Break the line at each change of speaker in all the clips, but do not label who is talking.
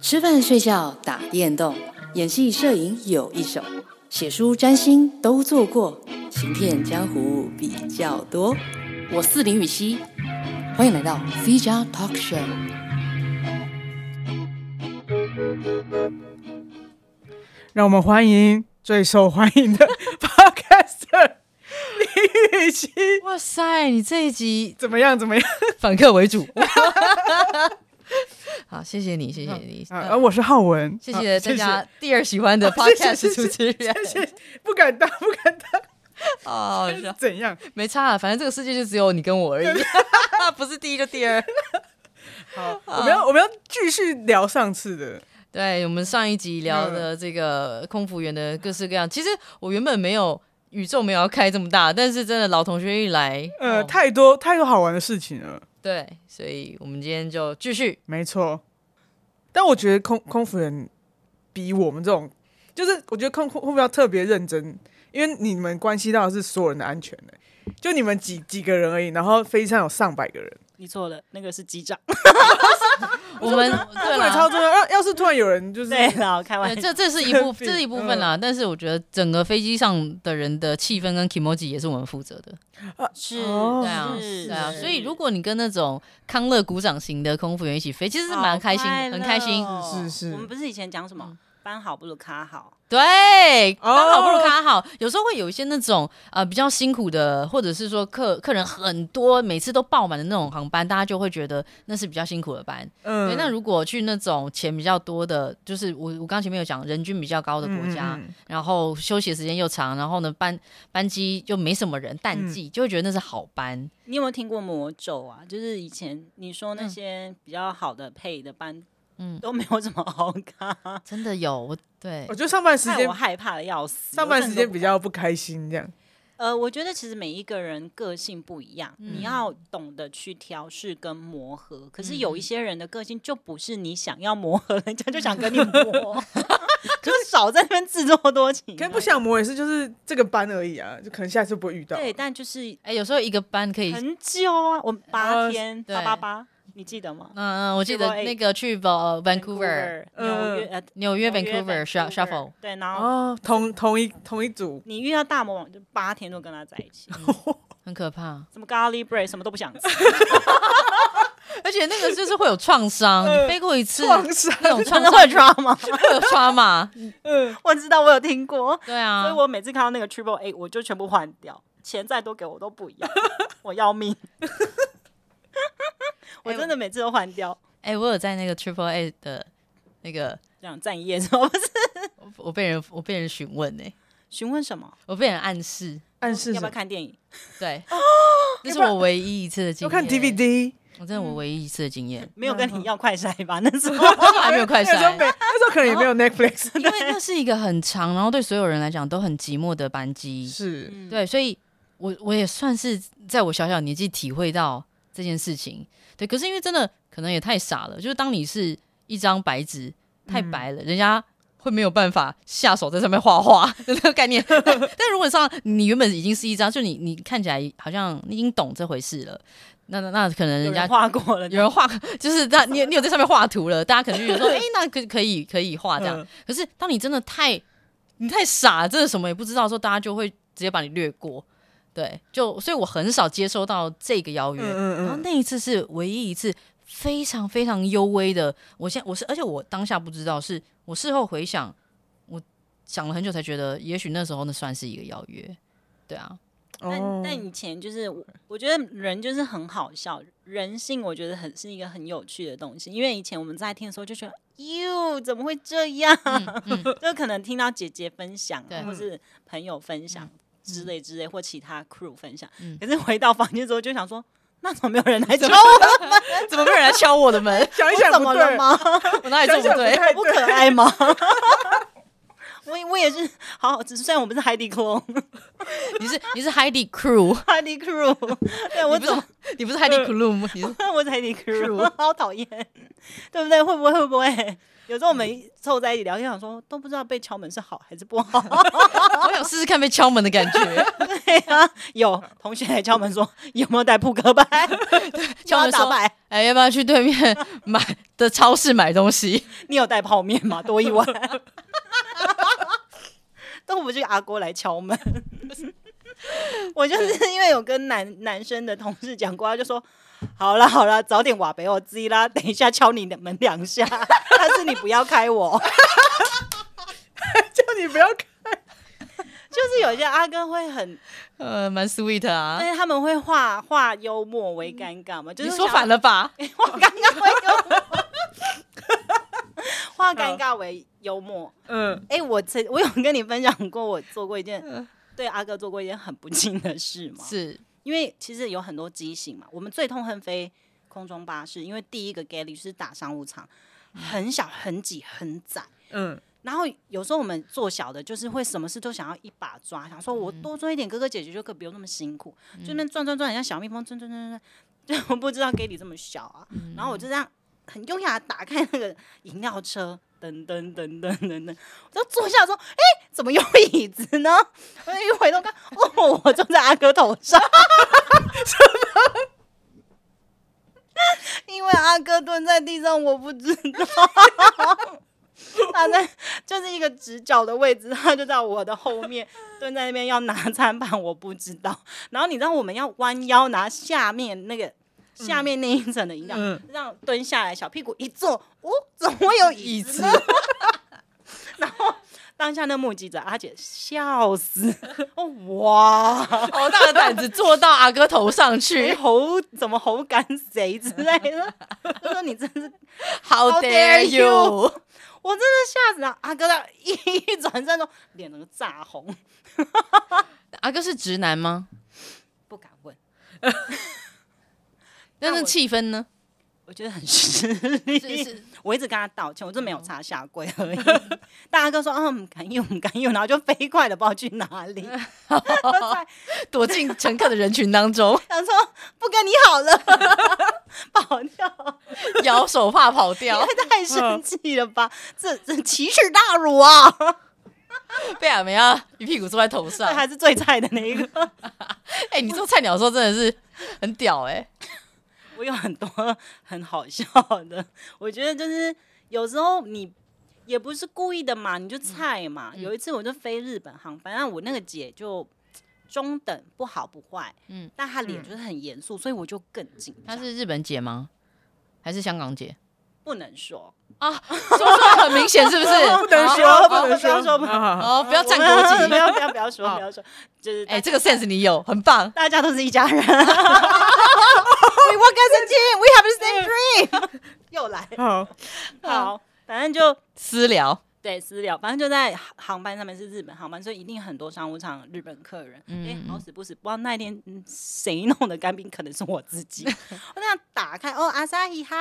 吃饭、睡觉、打电动、演戏、摄影有一手，写书、占星都做过，行骗江湖比较多。我是林雨熙，欢迎来到 C 加 Talk Show。
让我们欢迎最受欢迎 的 Podcaster 李雨琦。
哇塞，你这 一集
怎么样？怎么样？
反客为主。 好，谢谢你，谢谢你，
啊，
呃
呃我是浩文，
谢
啊
谢大家第二喜欢 的
哦谢谢
podcast 主持人。
谢谢，不敢当，不敢当，
哦，好笑
怎样？
没差啊，反正这个世界就只有你跟我而已， 不是第一就第二。
好，我们要我们要继续聊上次的，
对我们上一集聊的这个空服员的各式各样，其实我原本没有宇宙没有要开这么大，但是真的老同学一来，
呃，
哦
太多太多好玩的事情了，
对，所以我们今天就继续，
没错。但我觉得空空服人比我们这种，就是我觉得空空空服要特别认真，因为你们关系到的是所有人的安全的、就你们几几个人而已，然后飞机上有上百个人。
你错了，那个是机 长。
我们对
对，
了，
超重要。要要是突然有人就是
对啦，哦我开玩
对，
笑。
这这是一部这是一部
嗯
分啦，但是我觉得整个飞机上的人的气氛跟 emoji 也是我们负责的，
是
哦
对啊，
是
对啊，所以如果你跟那种康乐鼓掌型的空服员一起飞，其实是蛮开心的，很开心，嗯
是是是
哦我们不是以前讲什么班好不如咖好，
对，
哦
刚好不如刚好。有时候会有一些那种呃比较辛苦的，或者是说客客人很多，每次都爆满的那种航班，大家就会觉得那是比较辛苦的班。对，
嗯
那如果去那种钱比较多的，就是我我刚前面有讲人均比较高的国家，
嗯嗯嗯
然后休息的时间又长，然后呢班班机就没什么人，淡季、就会觉得那是好班。
你有没有听过魔咒啊？就是以前你说那些比较好的配的班，
嗯
嗯，都没有什么好咖，
真的有我对
我觉得上半时
害
间
我害怕的要死。
上半时间
我真的都
比较不开心，这样
呃，我觉得其实每一个人个性不一样，
嗯
你要懂得去调试跟磨合。可是有一些人的个性就不是你想要磨合，人家就想跟你磨，就少在那边自作多情啊。
可能不想磨也是就是这个班而已啊，就可能下次不会遇到。
对，但就是
哎、有时候一个班可以。
很久啊，我们八
呃
天
对
八八八，你记得吗
嗯嗯，我记得那个去 Va- Vancouver、
纽约、呃
纽约
纽约
Vancouver shu- Shuffle，
对，然后
哦，同同一同一组，
你遇到大魔王就八天都跟他在一起，
很可怕，
什么咖喱 bread 什么都不想吃，
而且那个就是会有创伤，你飞过一次，
创伤
那种创
真的
伤
会抓吗？
会有 trauma，
我知道，我有听过，
对
所以
啊，
我每次看到那个 triple A，我就全部换掉，钱再多给我都不一样， 我要命。 哎我真的每次都换掉，
哎、我有在那个 Triple A 的那个，
这样站一夜之后 不是
我我被人我被人询问哎、
询问什么？
我被人暗示，
暗示
要
什
不要
么？
看电影？
对，这是我唯一一次的经
要
验，
看 DVD，
我真的我唯一一次的经验，
没有跟你要快筛吧？那时嗯 候
那时候还 没有快哦
那时候
闪
没，，那时候可能也没有 Netflix，
因为那是一个很长，然后对所有人来讲都很寂寞的班机，
是
对，所以我我也算是在我小小年纪体会到这件事情，对，可是因为真的可能也太傻了，就是当你是一张白纸，太白了，人家。会没有办法下手在上面画画 的那个概念，但但如果上你原本已经是一张，就你你看起来好像你已经懂这回事了，那那那可能
有
人家
人画过了，
有人画， 就是那你你有在上面画图了，大家可能就觉得说，哎、那可可以可以啊画这样。
嗯
可是当你真的太你太傻，真的什么也不知道的时候，大家就会直接把你略过。对，就所以我很少接收到这个邀约，
嗯嗯嗯
然后那一次是唯一一次非常非常幽微的。我现在我是，而且我当下不知道，是我事后回想，我想了很久才觉得，也许那时候那算是一个邀约。对啊，
哦
但但以前就是我，我觉得人就是很好笑，人性我觉得很是一个很有趣的东西。因为以前我们在听的时候就觉得，哟，怎么会这样？ 就可能听到姐姐分享
嗯对
啊，或是朋友分享之类之类，或其他 crew 分享。
嗯
可是回到房间之后就想说，那怎么没有人来找
怎么
我？
怎么没有人来敲我的 门？
想一
我
想
怎
不
么了
对，
吗？
我哪里做
想一
不
想
对？
太
我不可爱吗？我我也是，好好吃。虽然我不是海底 clone，
你是你是 Heidi Crew，
海底 crew，对我
你不
怎么
是你不是 Heidi Crew，你 是
我是海底 crew，
crew
好讨厌，对不对？会不会会不会？ 有时候我们一凑在一起聊天，想说都不知道被敲门是好还是不好。
我想试试看被敲门的感觉，
对啊，有同学来敲门说有没有带扑克牌，
敲门
要打
说
牌，
哎，要不要去对面买的超市买东西？
你有带泡面吗？多一碗。 都不是阿郭来敲门， 我就是因为有跟男男生的同事讲过，他就说：“好啦好啦，早点瓦北我自己啦，等一下敲你的门两下， 但是你不要开我。
叫 你不要看，”
就是有些阿哥会很，
呃，蛮 sweet 啊。嗯
但是他们会化化幽默为尴尬哎嘛，就
你
是
说
想哎
反了吧？
化尴尬为幽默， 化尴尬为幽默。
嗯，
哎、我曾我有跟你分享过，我做过一件、对阿哥做过一件很不敬的事吗？
嗯是，
因为其实有很多机型嘛，我们最痛恨飞空中巴士，因为第一个 galley 是打商务舱，很小、很挤、很窄。
嗯，
然后有时候我们做小的，就是会什么事都想要一把抓，想说我多做一点，哥哥姐姐就可不用那么辛苦，就那边转转转，很像小蜜蜂转转转转转， 就我不知道给你这么小啊。然后我就这样很优雅地打开那个饮料车，噔噔噔噔噔噔，我就坐下说，哎、怎么有椅子呢？ 我就一回头看，哦，我坐在阿哥头上。 因为阿哥蹲在地上，我不知道。 他在就是一个直角的位置，他就在我的后面蹲在那边要拿餐盘，我不知道。然后你知道我们要弯腰拿下面那个下面那一层的饮料，
嗯
这样蹲下来，小屁股一坐，哦，怎么会有椅子呢？ 然后当下那目击者阿姐笑死， 哦哇，
好大的哦胆子坐到阿哥头上
谁
去
猴怎么猴赶谁之类的， 就说你真是
，How
dare
dare you！
我真的吓死了，阿哥他一一转身说脸整个炸红，
阿哥是直男吗？
不敢问，
那
那
那
我
气氛呢？
我觉得很失
是嗯
礼
是。
我一直跟他道歉，我真没有擦下跪而已。大阿哥说：“嗯，不敢用，不敢用。”然后就飞快的不知道去哪里，
躲进乘客的人群当中，
想说不跟你好了， 跑掉，
摇手帕跑 掉，
也太生气了吧！这这奇耻大辱啊！
被阿梅亚一屁股坐在头上
这。还是最菜的那一个。
哎、你做菜鸟的时候真的是很屌哎、
我有很多很好笑的，我觉得就是有时候你也不是故意的嘛，你就菜嘛。
嗯
有一次我就飞日本航班，那我那个姐就中等，不好不坏，
嗯
嗯，但她脸就是很严肃，所以我就更紧
她
张，
是日本姐吗？还是香港姐？
不能说，
啊说出来很明显是不是？
不能
好
说，
不
能
不要说
说，
不
好好好
哦，不要站
我
国
们不
籍。
要不要不要说
好
不要说，就是
哎、
大
这个 sense 你有，很棒。
大家都是一家人。We work as a team, we have the same dream 。嗯 又来，
好，
好，反正就
私聊，
对，私聊，反正就在航航班上面是日本航班，所以一定很多商务舱日本客人。哎、
嗯嗯
好死不死，不知道那一天嗯谁弄的干冰，可能是我自 己。我那样打开，哦，阿萨伊嗨，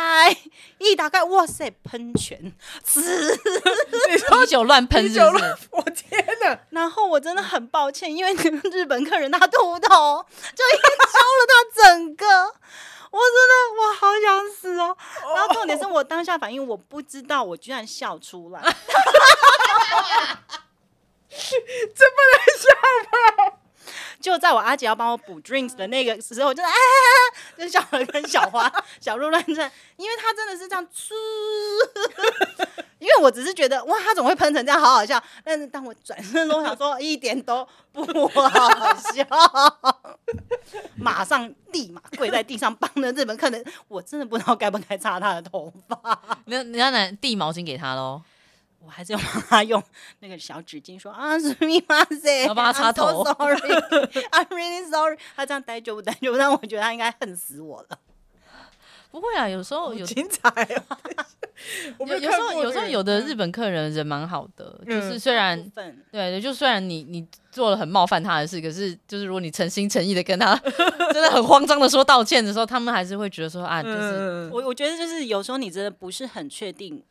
一打开，哇塞，喷泉，呲！
啤酒乱喷
啤
是
酒
不
了
是？，
我天哪！
然后我真的很抱歉，因为那个日本客人他秃头，就已经烧了他整个。 我真的，我好想死哦！然后重点是我当下反应，我不知道，我居然笑出来。
这不
就在我阿姐要帮我补 drinks 的那个时候，我就哎哎哎哎就笑得跟小花小鹿乱撞，因为她真的是这样出，因为我只是觉得哇，她怎么会喷成这样，好好笑。但是当我转身的时候，我想说一点都不好笑，马上立马跪在地上帮那日本客人，我真的不知道该不该擦她的头发，
那你要拿递毛巾给她喽。
我还是要帮她用那个小纸巾说啊，是啊密码塞，
然后帮她擦 头
I'm so Sorry，I'm really sorry。她啊这样呆久不呆久，但我觉得她应该恨死我了。
不会啊，有时候有
能精彩 哦！我没
有有
看
时候
过
有时候
这个
有的日本客人人蛮好的，就是
嗯
虽然
部分
对对，就虽然你你做了很冒犯他的事，可是就是如果你诚心诚意的跟他 真的很慌张的说道歉的时候，他们还是会觉得说啊，就是
嗯，嗯嗯
我我觉得就是有时候你真的不是很确定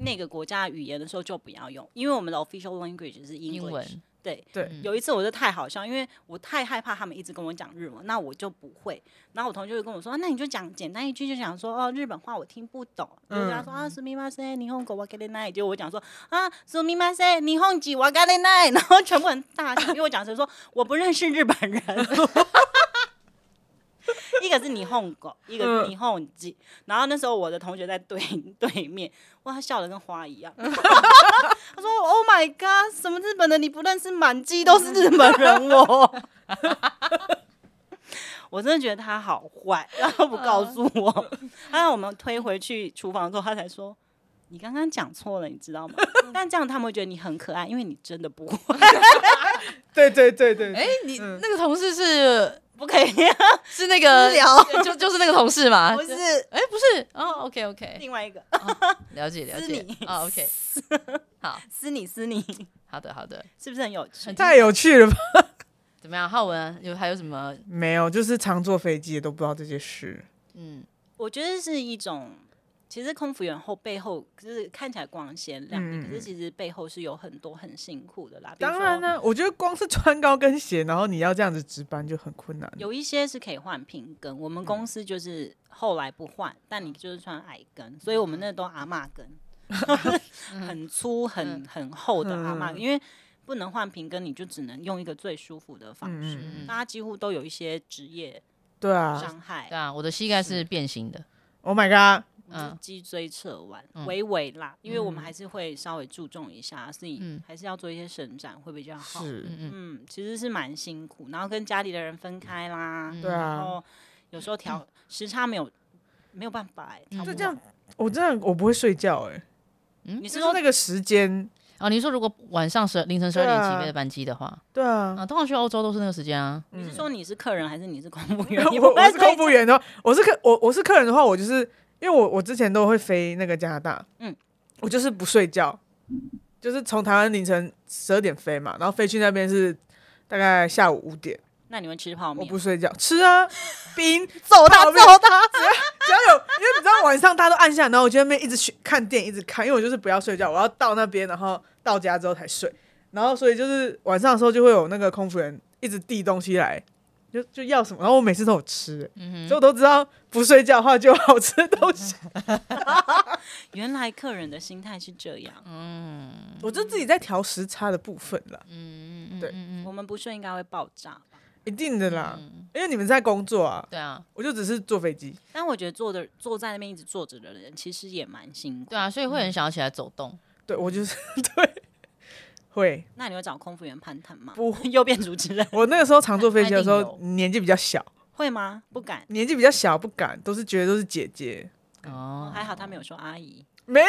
那个国家的语言的时候就不要用，因为我们的 official language 是
英文，
对
对
嗯
有一次我就太好笑，因为我太害怕他们一直跟我讲日文，那我就不会。然后我同学就跟我说：“啊那你就讲简单一句，就讲说哦，日本话我听不懂。”就跟他说：“
嗯
啊，すみません、日本語わかりない。”结果我讲说：“啊，すみません、日本語わかりない。”然后全部人大笑，因为我讲成说我不认识日本人。 一个是霓虹狗，一个是霓虹鸡。然后那时候我的同学在对 对面，哇，他笑的跟花一样。 他说：“Oh my god，什么日本人你不认识，满街都是日本人哦。” 我真的觉得他好坏，然后不告诉我。 还有我们推回去厨房之后，他才说：“你刚刚讲错了，你知道吗？”但这样他们会觉得你很可爱，因为你真的不会，
对对对对，
哎、你
嗯
那个同事是
不可以。
是那个
私聊
就就是那个同事嘛？
不是
哎、不是哦，OK OK，
另外 一个，
了解了
私
解
你，
啊、o k 好
撕你撕你，
好的好的，
是不是很有趣？
太有趣了吧？
怎么样？浩文有还有什么？
没有，就是常坐飞机的都不知道这些事。
嗯
我觉得是一种，其实空服员后背后就是看起来光鲜亮丽，
嗯
可是其实背后是有很多很辛苦的啦。比如
当然
说
呢、我觉得光是穿高跟鞋，然后你要这样子值班就很困难。
有一些是可以换平跟，我们
嗯
公司就是后来不换，但你就是穿矮跟，所以我们那都阿嬷跟， 很粗很很厚的阿嬷，
嗯嗯
因为不能换平跟，你就只能用一个最舒服的方式。
嗯，
嗯，
大家几乎都有一些职业
对啊
伤害
对，啊，我的膝盖是变形的，
，Oh my god，
就是
嗯
脊椎侧弯，
嗯
微微啦，因为我们还是会稍微注重一下，所以
嗯
还是要做一些伸展会比较好。
是，
嗯
嗯，其实是蛮辛苦，然后跟家里的人分开啦，
嗯，
对
然
啊，
后有时候调时差没有没有办法哎、
嗯
调不
嗯就
完
这样，我真的我不会睡觉哎、
你
就
是
是
说
那个时间，
哦，你说如果晚上十凌晨十二
对
点
啊
起飞的班机的话，
对啊，
啊，通常去欧洲都是那个时间啊。
哦你是 说你是客人还是你是空服员？你
嗯我
不
我
会
是
睡
空服员的话，我是客我我是客人的话，我就是因为我我之前都会飞那个加拿大，
嗯
嗯，我就是不睡觉，就是从台湾凌晨十二点飞嘛，然后飞去那边是大概下午五点，
那你会吃泡
我
面？
不睡觉，吃啊，冰，
揍他
泡
揍
面
他！
只要有，因为你知道晚上大家都按下，然后我就在那边一直去看电影，一直看，因为我就是不要睡觉，我要到那边，然后到家之后才睡，然后所以就是晚上的时候就会有那个空服员一直递东西来，就就要什么，然后我每次都有吃、欸
嗯
所以我都知道不睡觉的话就好吃的东西，
原来客人的心态是这样，
嗯
我就自己在调时差的部分啦，
嗯我们不睡应该会爆炸吧？
一定的啦，
嗯
因为你们在工作啊，
对啊，
我就只是坐飞机，
但我觉得坐的坐在那边一直坐着的人，其实也蛮辛苦。
对啊，所以会很想要起来走动。
对我就是 对，会。
那你会找空服员攀谈吗？
不，
又变主持人
我那个时候常坐飞机的时
一定
候，年纪比较小，
会吗？不敢。
年纪比较小，不敢，都是觉得都是姐姐，
哦，
还好他没有说阿姨，
没有，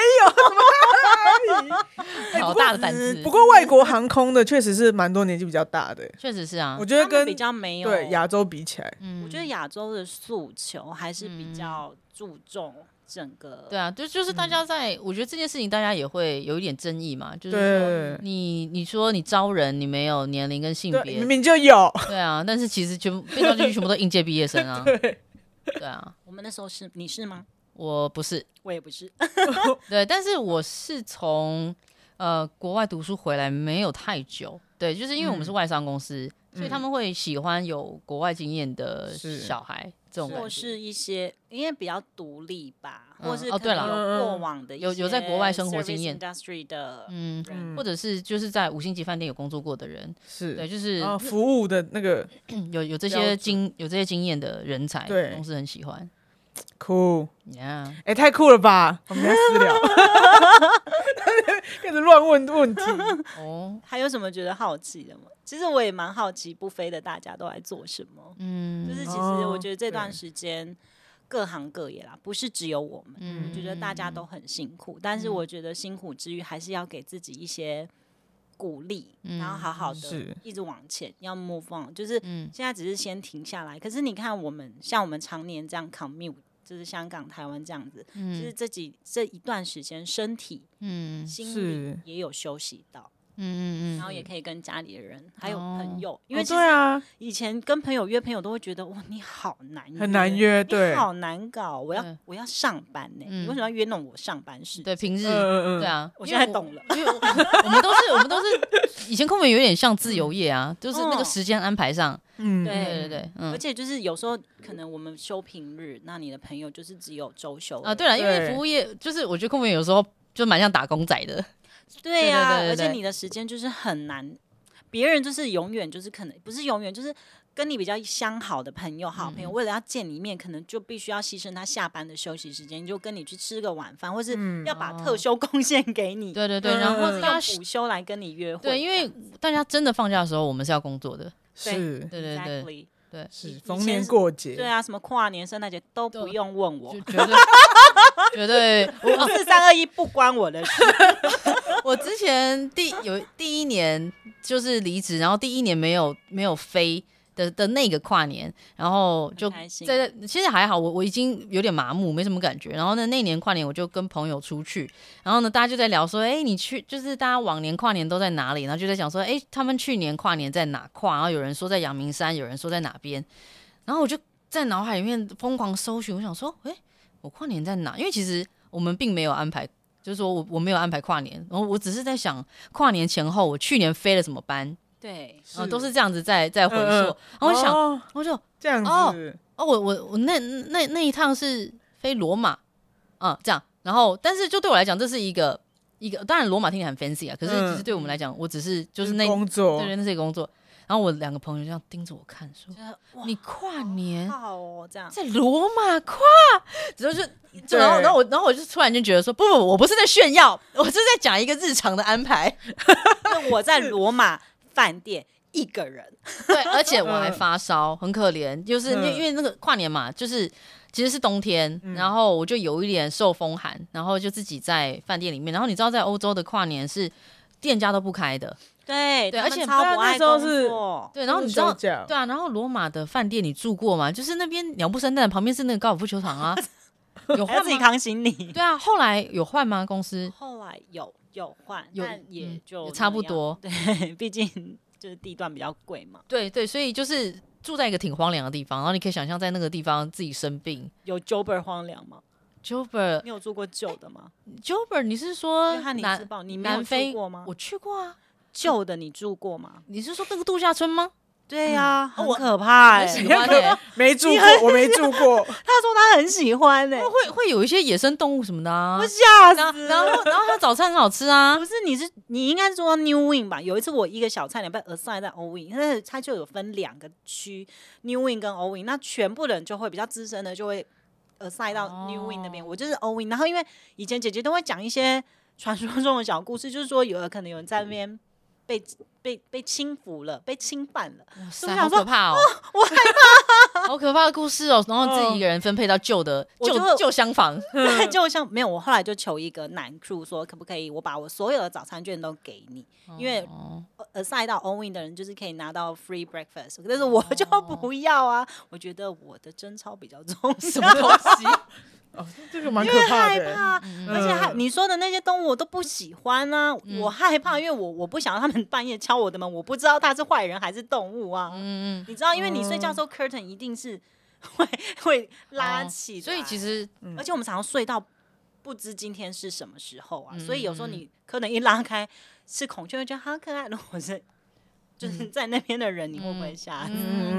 好哦大的胆子
不，过外国航空的确实是蛮多年纪比较大的、
确实是啊
我。觉
他
得
们
跟
比较没有。
对亚洲比起来，
嗯
我觉得亚洲的诉求还是比较注重整个。
嗯
对啊，就就是大家在，我觉得这件事情大家也会有一点争议嘛，就是说
对
你你说你招人，你没有年龄跟性
对，
别
明，明就 有，
对啊，但是其实全部被招进去全部都应届毕业生 啊，对啊，
我们那时候是你是吗？
我不是，
我也不是。
对，但是我是从呃国外读书回来没有太久，对，就是因为我
嗯
们是外商公司，所以他们会喜欢有国外经验的
是
小孩，这种感
或
觉
是一些因为比较独立吧，
嗯
或是
哦
可
对
能
啦
嗯嗯
有过
嗯
往的一
有有在
些
国外生活
service
经验
industry 的
嗯，
人，
或者是就是在五星级饭店有工作过的人，
是
对，就是嗯
哦
啊，服务的那个
有有这
标
些
准
经有这些经验的人才，
对
公司很喜欢。
酷，
Yeah，
哎、太酷了吧！我们在私聊， 开始乱问问题，
哦，
还有什么觉得好奇的吗？其实我也蛮好奇不飞的大家都来做什么。就
嗯
是其实
哦
我觉得这段
对
时间各行各业啦，不是只有我们，我觉
嗯，
得大家都很辛苦，但
嗯
是我觉得辛苦之余，还是要给自己一些鼓励，然后好好的
嗯是
一直往前，要 move on。就是
嗯
现在只是先停下来，可是你看我们像我们常年这样 commute，就是香港、台湾这样子，
嗯
就是这几这一段时间，身体、
嗯
心理
是
也有休息到。
嗯嗯嗯，
然后也可以跟家里的人还有朋友，因
哦
为其
对
实
啊，
以前跟朋友约朋友都会觉得哇你好难
很难约，
你
对，
好难搞，我要、
嗯
我要上班呢、
嗯
你为什么要约弄我上班时？
对，平日，
嗯
对，啊，
呃我
因
现
为
在懂了，
因为我 我们都是我们都是以前空服员有点像自由业啊，就是那个
嗯
时间安排上，
嗯
对
对对对，
而
嗯
且就是有时候可能我们休平日，那你的朋友就是只有周休
啊，对了，因为
对
服务业就是我觉得空服员有时候就蛮像打工仔的，
对呀、
对对对
而且
对
你的时间就是很难，别人就是永远就是可能不是永远就是。跟你比较相好的朋友、好朋
嗯
友，为了要见你一面，可能就必须要牺牲他下班的休息时间，就跟你去吃个晚饭，或是
嗯
要把
哦
特休贡献给你，
对对对，然后
嗯
或者
要
要
补休来跟你约会。
对，因为大家真的放假的时候，我们是要工作的，
是
对对对
exactly
对，
以
是，
以
逢
前
年
是
过节，
对啊，什么跨年、圣诞节都不
对
用问我
就，绝 对绝对，我
四三二一不关我的事。
我之前第有第一年就是离职，然后第一年没有没有飞的的那个跨年，然后就
很开心
在其实还好，我我已经有点麻木，没什么感觉。然后呢，那年跨年我就跟朋友出去，然后呢，大家就在聊说，哎、你去就是大家往年跨年都在哪里？然后就在讲说，哎、他们去年跨年在哪跨？然后有人说在阳明山，有人说在哪边，然后我就在脑海里面疯狂搜寻，我想说，哎、我跨年在哪？因为其实我们并没有安排就是说我我没有安排跨年，然后我只是在想跨年前后我去年飞了什么班，
对，
然后哦都是这样子在在回溯，
嗯嗯
然后我就想，
哦
我就
这样
哦
子，
哦，我我我那那那一趟是飞罗马，啊、这样，然后但是就对我来讲，这是一个一个，当然罗马听起来很 fancy 啊，可是
嗯
只是对我们来讲，我只是就
就是
那
工作
对，对那些工作，然后我两个朋友就这样盯着我看，说
就是哇
你跨年
好哦，这样
在罗马跨，然后就就
对
然后然后我然后我就突然间觉得说，不不，我不是在炫耀， 我是在讲一个日常的安排。
那我在罗马饭店一个人，
对，而且我还发烧，很可怜，就是因为
嗯
因为那个跨年嘛，就是。其实是冬天，然后我就有一点受风寒，然后就自己在饭店里面。然后你知道，在欧洲的跨年是店家都不开的，
对
对
他
而
们
且
超不
那
爱
时候
工
是
作
对。然后
就
你
是
知道
休，假
对啊，然后罗马的饭店你住过吗？就是那边鸟不生蛋，旁边是那个高尔夫球 场啊，有
还要
换
自己
吗？
扛行李。
对啊，后来有换吗？公司
后来有有换，
有
但也
嗯
就
也
那
差不
样
多。
对， 毕竟就是地段比较贵嘛，
对对，所以就是住在一个挺荒凉的地方，然后你可以想象在那个地方自己生病。
有 Jober 荒凉吗？
Jober
你有住过旧的吗？
Jober，你是说
约翰尼斯
南
堡，你没有
南
住
非
过吗
我？去过啊，
旧的你住过吗？
你是说那个度假村吗？
对呀，很
我
可怕哎。
很喜欢欸
没住过，我没住过，
他说他很喜欢哎，
会会有一些野生动物什么的啊
我。吓
然后
死了。
然后然后它早餐很好吃啊
不，是，你是你应该是说 New Wing 吧？有一次我一个小菜鸟被 assign 在 O Wing，但是它就有分两个区，New Wing 跟 O Wing，那全部人就会比较资深的就会 assign 到 New Wing 那边，
哦
我就是 O Wing。然后因为以前姐姐都会讲一些传说中的小故事，就是说有可能有人在那边被被被轻浮了，被侵犯了，
哇
我
塞，
想
好
说
可怕哦，
我嗯
害怕，好可怕的故事哦。然后自己一个人分配到旧的
我
旧
就会
旧厢 房，
对，就像没有，我后来就求一个男 crew 说，可不可以我把我所有的早餐券都给你，因为
哦
aside 到 o w i n 的人，就是可以拿到 free breakfast，但是我就
哦
不要啊！我觉得我的贞操 比较重
什么东 西？
哦这个蛮可怕
害
的欸。
怕，而且还
嗯
你说的那些动物我都不喜欢啊，
嗯
我害怕，因为我我不想让他们半夜敲我的门，我不知道他是坏人还是动物啊，
嗯嗯，
你知道，因为你睡觉的时候 curtain 一定是会会拉
哦
起来、
所以其实
而且我们常常睡到不知今天是什么时候啊，
嗯
所以有时候
嗯嗯
你可能一拉开是孔雀，会觉得啊好可爱。如果 是就是在那边的人，你会不会吓死？
嗯，
嗯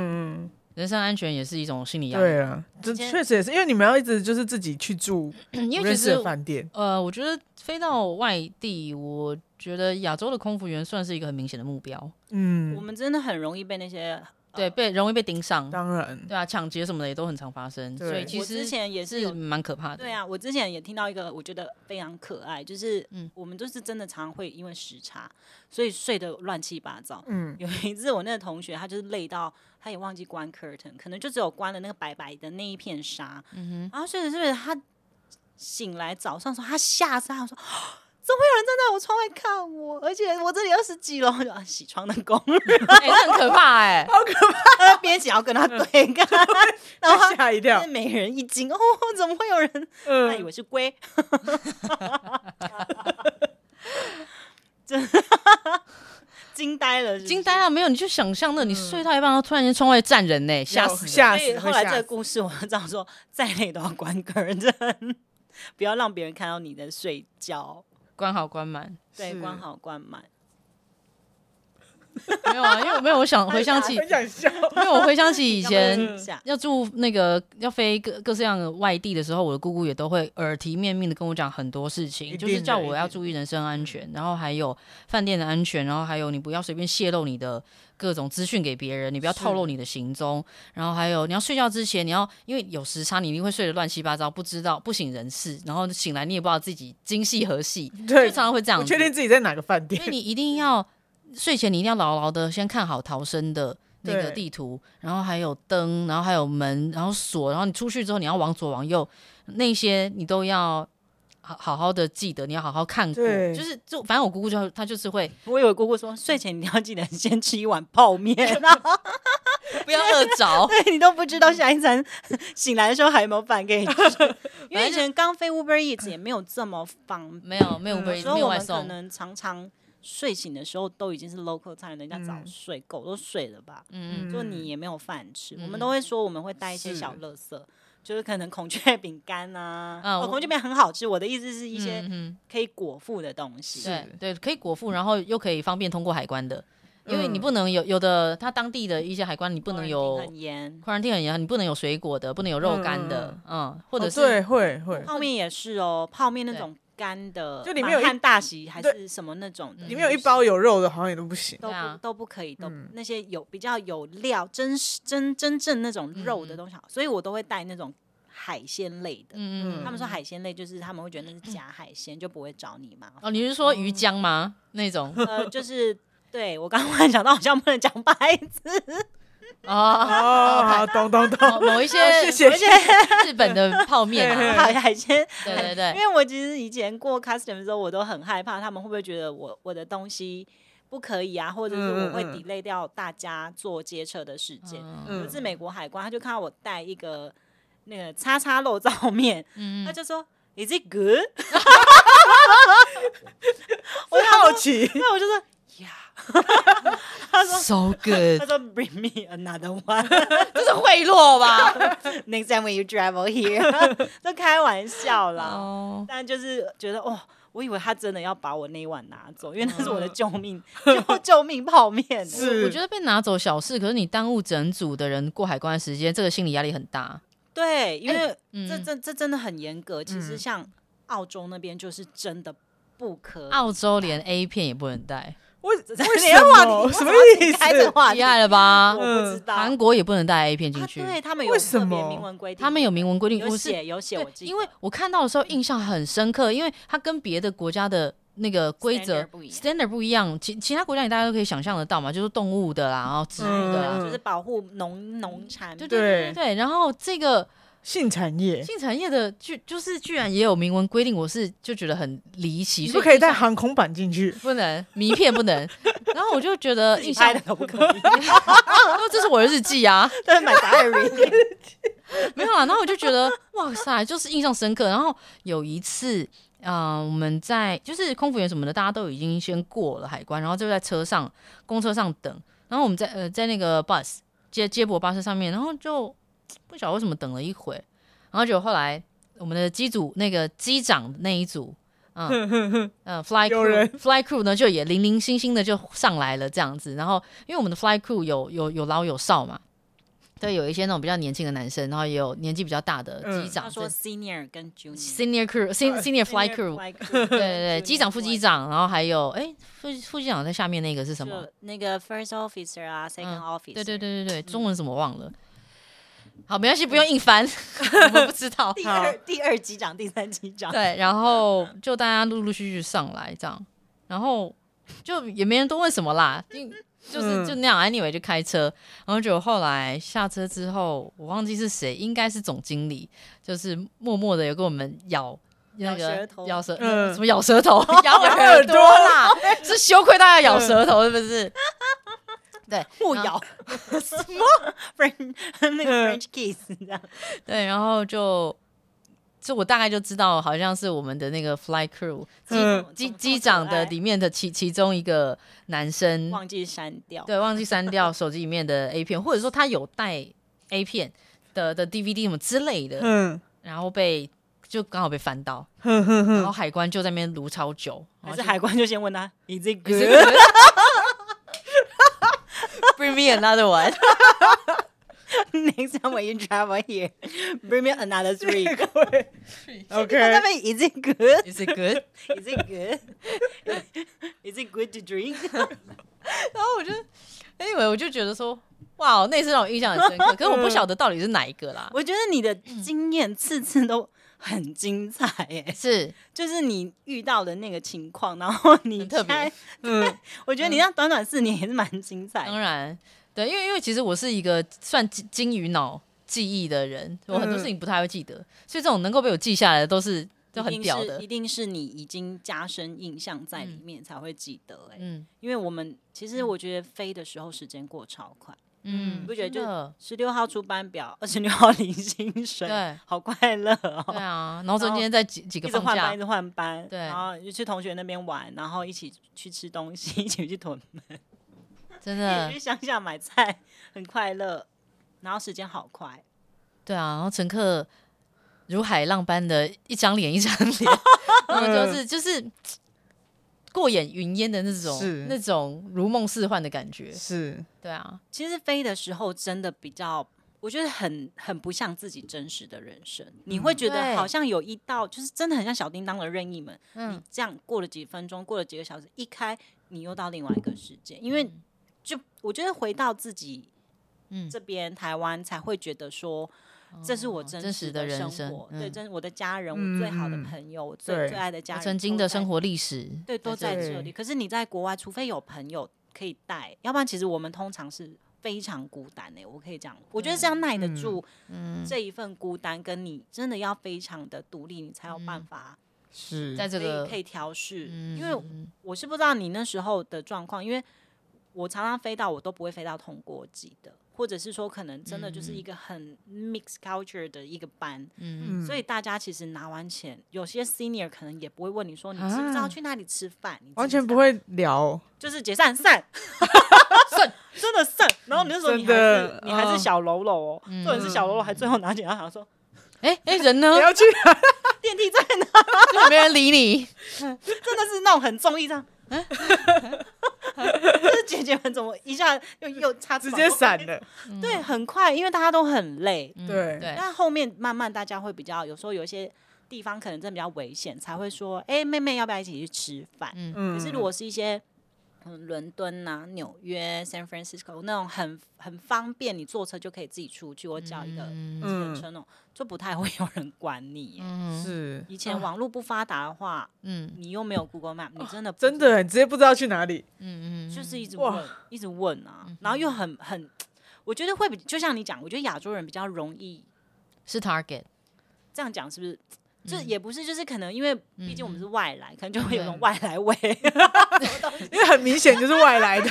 嗯
人身安全也是一种心
嗯，
理压力。
对啊，这
今天
确实也是，因为你们要一直就是自己去住
嗯因
不
为
认
其
识
实
的饭店，
呃，我觉得飞到外地，我觉得亚洲的空服员算是一个很明显的目标，
我
嗯，
们真的很容易被那些
对，被容易被盯上，
当然，
对啊，抢劫什么的也都很常发生，所以
对
其
我之
实
前也是
是
有
蛮可怕的。
对，啊，我之前也听到一个，我觉得非常可爱，就是
嗯
我们就是真的常常会因为时差，所以睡得乱七八糟。
嗯，
有一次，我那个同学他就是累到，他也忘记关 curtain，可能就只有关了那个白白的那一片纱。然后睡着睡着，他醒来早上的时候，他吓死，他说：“怎么会有人站在我窗外看我？而且我这里二十几楼，我就啊，洗窗的工人
哎、这很可怕 哎、
边想要跟他对干， 然后他。”
吓一跳
就是，每人一惊哦，怎么会有人？他以
嗯，
为是 龟，惊呆了是不是
惊呆了，没有？你就想象
嗯
那，你睡到一半，然后突然间窗外站人呢、吓死人！
吓
所以
死，
后
会
来这
吓
个
死
故事，我知道说，再累都要关个人，不要让别人看到你在睡觉。
关好关满，
对，
是
关好关满。
没有啊，因为我没有，我 想回想起，
很想笑，
因为我回想起以前
要不然一下
要住那个要飞各各式各样的外地的时候，我的姑姑也都会耳提面命的跟我讲很多事
一
情，
定
就
的
是叫
一
我
定
要注意人身安全，然后还有饭店的安全，然后还有你不要随便泄露你的各种资讯给别人，你不要透露你的行踪，然后还有你要睡觉之前，你要因为有时差，你一定会睡得乱七八糟，不知道不省人事，然后醒来你也不知道自己今夕何夕，就
对
常，常会这样
我
子。
确定自己在哪个饭
所以
店，
你一定要睡前你一定要牢牢的先看好逃生的那个
对
地图，然后还有灯，然后还有门，然后锁，然后你出去之后你要往左往右，那些你都要好好好的记得，你要好好看过。
对
就是就反正我姑姑就她就是会
我以为姑姑说，睡前你要记得先吃一碗泡面，然后
不要饿着，
你都不知道下一餐醒来的时候还有没有饭给你吃。因为以前刚飞 Uber Eats 也没有这么方便，
没有没有
嗯
Uber
所
Eats，没
以
有
我
外
们可
送，
能常常睡醒的时候都已经是 local time，人家早
嗯
睡，狗都睡了吧？
嗯，
就
嗯
你也没有饭吃，我
嗯
们都会说我们会带一些
是
小垃圾，就是可能孔雀饼干啊，
啊
哦，
我
孔雀饼很好吃。我的意思是一些
嗯嗯
可以果腹的东西，
对对，可以果腹，然后又可以方便通过海关的，因为你
嗯
不能有有的他当地的一些海关你不能有
很盐，
quarantine 很严，你不能有水果的，不能有肉干的，嗯，或者
哦
是、
对，会会，
泡面也是哦，泡面那种干的，
就里面有一
看大喜还
对
是什么那种的，
里面有一包有肉的，好像也都不行。
都
对啊
不都不可以，都不
嗯
那些有比较有料、真实真真正那种肉的
嗯
东西好，所以我都会带那种海鲜类的。
嗯嗯，嗯
嗯
他们说海鲜类就是他们会觉得那是假海鲜，就不会找你麻烦。
哦，你是说鱼浆吗？那种
呃，就是对我刚刚突然想到，好像不能讲 白字，
哦，
哦，好，懂懂懂，
某某一些
谢谢，谢谢
日本的泡面啊，
海海鲜。
对对
因
对，
为我其实以前过 custom 的时候，我都很害怕他们会不会觉得我我的东西不可以啊，或者是我会
嗯嗯嗯
delay 掉大家做接车的时间。
嗯
有一
嗯
次美国海关，他就看到我带一个那个叉叉肉燥面，
嗯
他就说 Is it good？
我好奇，
那我就说 Yeah，
，so good，
他说 Bring me another one 。
这是贿赂吧？
Next time when you travel here，都 开玩笑啦。
哦，
但就是觉得哦，我以为他真的要把我那一碗拿走，因为那是我的救命救救命 泡面。
是，
我觉得被拿走小事，可是你耽误整组的人过海关的时间，这个心理压力很大。
对，因为
嗯
这这这真的很严格。其实
嗯
像澳洲那边就是真的不可以，
澳洲连 A 片也不能带，
为为
连
什
话题
么
为
什
什
么
么要
意
自己开这个
思？
话题
厉害了吧嗯
我？不知道。
韩
啊，
国也不能带 A 片进去，
对他们有
为什
特别
么
明文规定，
他们有明文规定，
有
我是
写有写，
对
我记得嗯
因为我看到的时候印象很深刻，因为它跟别的国家的那个规则
Standard 不一样
standard 不一样，其其他国家你大家都可以想象得到嘛，就是动物的啦，然后植物的啦，
嗯
就是保护农农产
对
品。
对对对，然后这个
性产业，
性产业的居就是居然也有明文规定，我是就觉得很离奇，
你不
所以
可以
印象
带航空板进去，
不能名片 不能，然后我就觉得
自己
印
拍
象
的，可不可以？
哦这是我的日记啊，
对，买 diary。
没有啦，然后我就觉得哇塞，就是印象深刻。然后有一次，嗯、我们在就是空服员什么的，大家都已经先过了海关，然后就在车上公车上等。然后我们在呃在那个 bus 接接驳巴士上面，然后就不晓得为什么等了一会，然后就后来我们的机组那个机长那一组。嗯 嗯，fly
有人
crew fly crew 呢就也零零星星的就上来了这样子，然后因为我们的 fly crew 有有有老有少嘛，对，有一些那种比较年轻的男生，然后也有年纪比较大的
嗯
机长
他
这、
说 senior 跟 junior。
senior crew sen- senior fly crew，
crew，对
对对对，机长、副机长，然后还有哎副副机长在下面那个是什么
就？那个 first officer 啊，second
嗯
officer，
对对，对对对，中文怎么忘了？好，没关系，不用硬翻， 我们不知道。
第二第二机长、第三机长，
对，然后就大家陆陆续续上来这样，然后就也没人多问什么啦，就就是
嗯
就那样，anyway 就开车，然后就后来下车之后，我忘记是谁，应该是总经理，就是默默的有跟我们咬。那
咬
个
舌头
咬舌，
嗯
什么咬舌头， 咬耳
耳
朵
朵
啦，嗯是羞愧大家咬舌头是不是？ 对，
互
然后
咬，什么 French 那个
嗯
French kiss 这样，
对，然后就这我大概就知道，好像是我们的那个 Fly Crew 机
嗯
机机长的里面的其其中一个男生，
忘记删掉。
嗯对，忘记删掉手机里面的 A 片，或者说他有带 A 片的的 DVD 什么之类的，
嗯，
然后被就刚好被翻到，
哼哼
然
哼，
后海关就在那边撸超久，然
还
后
是
就
海关就先问他，Is it
你是
good？
Bring me another one，
Next time when you travel here, bring me another three. 他
OK，
那边 Is it good?
你是 good。
Is it good? Is it good to drink?
然后我就 anyway 我就觉得说，哇，那次让我印象很深刻，可是我不晓得到底是哪一个啦。
嗯我觉得你的经验次次都很精彩耶，
是
就是你遇到的那个情况，然后你
很特别
猜
嗯，
我觉得你那短短四年也是蛮精彩
当
的。
然，对，因为因为其实我是一个算金金鱼脑记忆的人，我
嗯
很多事情不太会记得，所以这种能够被我记下来的都是都
一
很
定
屌
是
的
一。定是你已经加深印象在里面才会记得哎、
嗯
因为我们其实我觉得飞的时候时间过超快，
嗯，
你不觉得
真的
十六号出班表，二十六号领薪
嗯
水，
对
好快乐哦！
对啊？然后中
然后
间在几几个
一直
放
换班，
假
一，直换班，
对
然后就去同学那边玩，然后一起去吃东西，一起去屯，
真
一
的
起去乡下买菜，很快乐。然后时间好快，
对啊。然后乘客如海浪般的一张脸一 张脸，然
嗯
后就是就是过眼云烟的那
是
种那种如梦似幻的感觉。
是，
对啊，
其实飞的时候真的比较，我觉得很很不像自己真实的人生，你会觉得
嗯对
好像有一道，就是真的很像小叮当的任意门，你
嗯，
这样过了几分钟，过了几个小时，一开你又到另外一个世界，因为就我觉得回到自己
嗯
这边台湾才会觉得说，这是我
哦真
实
实的人
生
生
活，对，
嗯
真是我的家人，
嗯
我最好的
嗯
朋友，我最
对
最爱的家
我
人，
曾经的生
活，
活历史，
对，都
在
在
这里
这里。可是你在国外，除非有朋友可以带，要不然其实我们通常是。非常孤单欸诶、我可以这样，我觉得是要耐得
嗯
住
嗯，
这一份孤单，跟你真的要非常的独立，你才有办
嗯
法
是，
在这
可
个
以可以调试。
嗯，
因为我是不知道你那时候的状况，因为我常常飞到我都不会飞到同国籍的，或者是说可能真的就是一个很 mixed culture 的一个班，
嗯，
嗯
所以大家其实拿完钱，有些 senior 可能也不会问你说你知不知道
啊
去哪里吃饭，你知
完全
知
不
道，
会聊，
就是解 散散。
算
真的散，然后你那时候你还
真
是
的
你还是
嗯
小喽啰哦，重点是小喽啰还最后拿检查想说
哎哎，人呢
你？要去哪？
电梯在哪，
就没人理你，
真的是那种很综艺 这样，就是姐姐们怎么一下又又插翅
直
膀
接
又
闪了，
对，很快，因为大家都很累。
嗯
对
对，
但后面慢慢大家会比较，有时候有一些地方可能真的比较危险，才会说，哎、妹妹要不要一起去吃饭？
嗯
嗯，
可是如果是一些嗯伦敦啊、纽约、San Francisco 那种很很方便，你坐车就可以自己出去，我叫一个
嗯
计程车那种，就不太会有人管你耶。
嗯
是
以前网络不发达的话，
嗯
你又没有 Google Map，你真的不
哦真
知道
的，欸你直接不知道去哪里，
嗯嗯，
就是一直
哇嗯
问，一直问啊，然后又很很，我觉得会比就像你讲，我觉得亚洲人比较容易
是 target，
这样讲，是不是？
嗯
这也不是，就是可能因为毕竟我们是外来，可能就会有
对
种外来 味。
因为很明显就是外来的，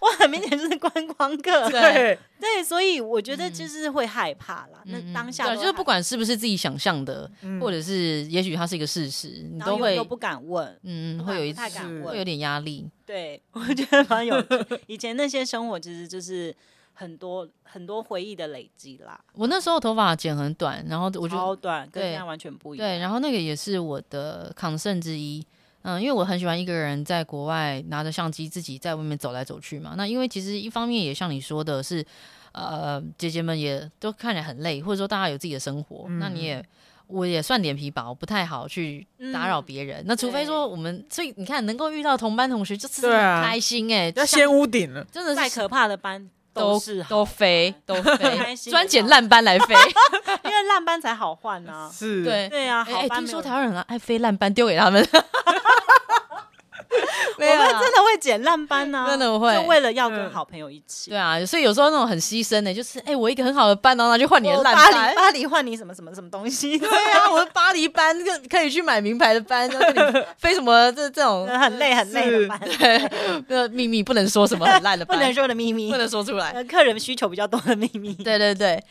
我很明显就是观光客，
对
对，
对，所以我觉得就是会害怕啦。那当
嗯
下
对，啊
都
就是
害
不管是不是自己想象的，
嗯
或者是也许它是一个事实，你
然
都
后又
会
又不敢问，
嗯
不
会
敢
有一
不太敢
是
会有
问。
点压力，
对， 我觉得蛮有趣。以前那些生活其实就是很多很多回忆的累积啦，
我那时候头发剪很短，然后我就
超短，跟
对
现在完全不一样。
对，然后那个也是我的 concern 之一。嗯，因为我很喜欢一个人在国外拿着相机自己在外面走来走去嘛。那因为其实一方面也像你说的是，呃，姐姐们也都看起来很累，或者说大家有自己的生活，那你也。我也算脸皮薄，不太好去打扰
嗯
别人。那除非
对
说我们，所以你看，能够遇到同班同学，就是
对啊
很开心哎、
要
像
先屋顶了，
真的
再
是
可怕的班
都
是好
都飞都飞
开，心
专
也
捡
好
烂班来飞。
因为烂班才好 换啊。
是，
对，
对啊，
哎、
好
哎
班
听
没
说
有
台湾人很爱飞烂班丢给他们， 没
我
有
们
啦
真的会捡烂班呐、
啊 真的会
就为了要跟
嗯
好朋友一起。
对啊，所以有时候那种很牺牲的、就是哎、我一个很好的班，然后拿去换你的
我
烂
哦巴黎
班。
巴黎换你什么什么什么东西，
对啊，我的巴黎班可可以去买名牌的班，然后跟你飞什么这这 种
很累很累的班，
呃秘密不能说什么很烂的
不
班，
能说的秘密
不，能说出来。
呃客人需求比较多的秘密。
对对对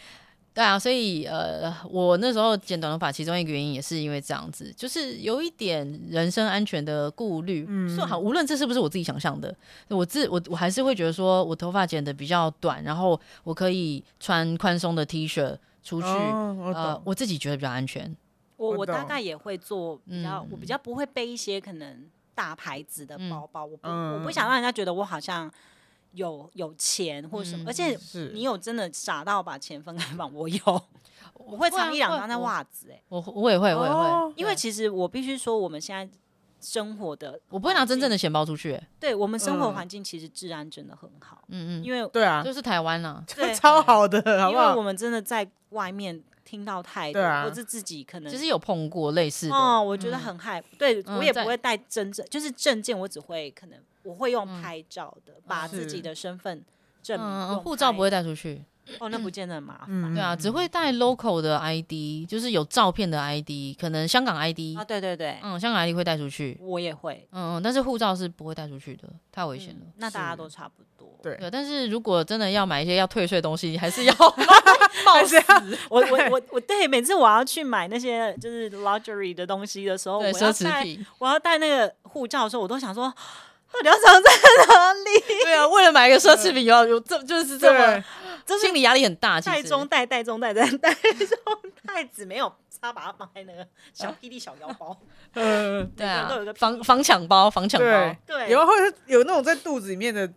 对啊，所以呃，我那时候剪短头发，其中一个原因也是因为这样子，就是有一点人身安全的顾虑。嗯，说好，无论这是不是我自己想象的，我自我我还是会觉得说我头发剪的比较短，然后我可以穿宽松的 T 恤出去，
哦，我
呃
懂，，
我自己觉得比较安全。
我
我
我大
懂
概也会做比较，我
嗯
比较不会背一些可能大牌子的
嗯
包包，我不、我
嗯
不想让人家觉得我好像有有钱或
嗯
什么，而且
是
你有真的傻到把钱分开吗？我有， 我会
会啊
藏一两张在
会
袜子、欸，
我我也会，我也会，
哦
因为其实我必须说，我们现在生活的，
我不会拿真正的钱包出去、欸
对我们生活
嗯
环境其实治安真的很好，
嗯嗯，
因为
对啊，
就是台湾啦、
对
超好的，好
因
不
为
好
我？们真的在外面听到太多，
对啊
或是自己可能
其实有碰过类似的，
哦，我觉得很害，对
嗯
我也
在
不会带真正就是证件，我只会可能我会用拍照的，把自己
是
的身份证明
嗯，
用
嗯护照
拍
不会带出去，
哦，那不见得很麻烦
嗯，
对啊，只会带 local 的 ID，就是有照片的 ID，可能香港 ID，
啊，对对对，
嗯，香港 ID 会带出去，
我也会，
嗯嗯，但是护照是不会带出去的，太危险了。
嗯那大家都差不多，
对
对，但是如果真的要买一些要退税的东西， 还是要
哦
还是要
我我我我对，每次我要去买那些就是 luxury 的东西的时候，我
对
要
奢侈
带
品。
我要带那个护照的时候，我都想说，到底要藏在哪里？
对啊，为了买一个奢
嗯
侈品，要有这就是这么
对，
心理压力很大。其
袋
实，
中袋，袋中袋，袋袋中袋子没有，他把它放在那个小
啊
霹雳小腰包。
嗯，
对
每个人
啊
都有一个，
防防抢包，防抢包
对。
对，
有啊，或者是有那种在肚子里面的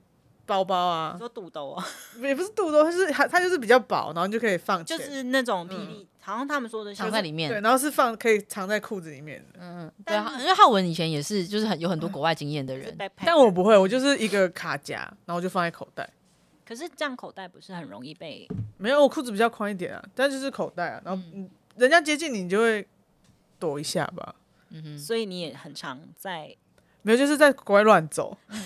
包包啊
你，说肚 兜哦，
也不是肚兜，它是它它就是比较薄，然后你就可以放钱，
就是那种霹雳，
嗯
好像他们说的
藏在里面，
对，然后是放可以藏在裤子里面的。
嗯，嗯，对啊，因为浩文以前也是，就是很有很多
嗯
国外经验的人，
backpack，
但我不会，我就是一个卡夹，然后我就放在口袋。
可是这样口袋不是很容易被
没有，我裤子比较宽一点啊，但就是口袋啊，然后嗯人家接近你，你就会躲一下吧。
嗯哼，
所以你也很常在
没有，就是在国外乱走。
嗯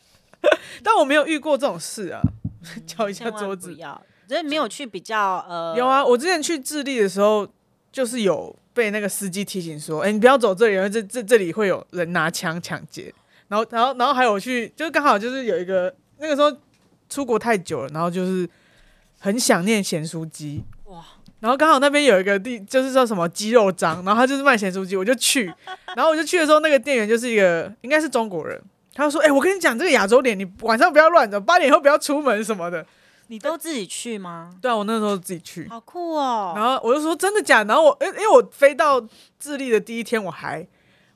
但我没有遇过这种事啊， 敲一下
嗯千
桌
万不
子。
要，所以没有去比较呃，
有啊，我之前去智利的时候，就是有被那个司机提醒说，哎、你不要走这里，因为这这这里会有人拿枪抢劫。然后，然后，然后还有去，就是刚好就是有一个那个时候出国太久了，然后就是很想念咸酥鸡。
哇，
然后刚好那边有一个地，就是说什么鸡肉章，然后他就是卖咸酥鸡，我就去。 然后我就去的时候，那个店员就是一个应该是中国人，他就说：“哎、我跟你讲，这个亚洲脸，你晚上不要乱走，八点以后不要出门什么的。
你都自己去吗”？
对啊，我那时候自己去，
好酷哦！
然后我就说真的假的？然后我，因因为我飞到智利的第一天，我还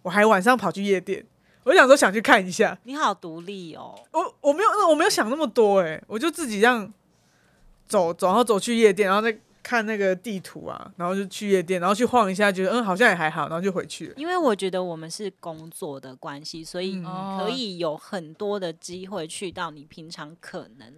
我还晚上跑去夜店，我就想说想去看一下。
你好独立哦，
我我没有那我没有想那么多哎、我就自己这样走走，然后走去夜店，然后再看那个地图啊，然后就去夜店，然后去晃一下，觉得嗯好像也还好，然后就回去了。
因为我觉得我们是工作的关系，所以
嗯
哦
可以有很多的机会去到你平常可能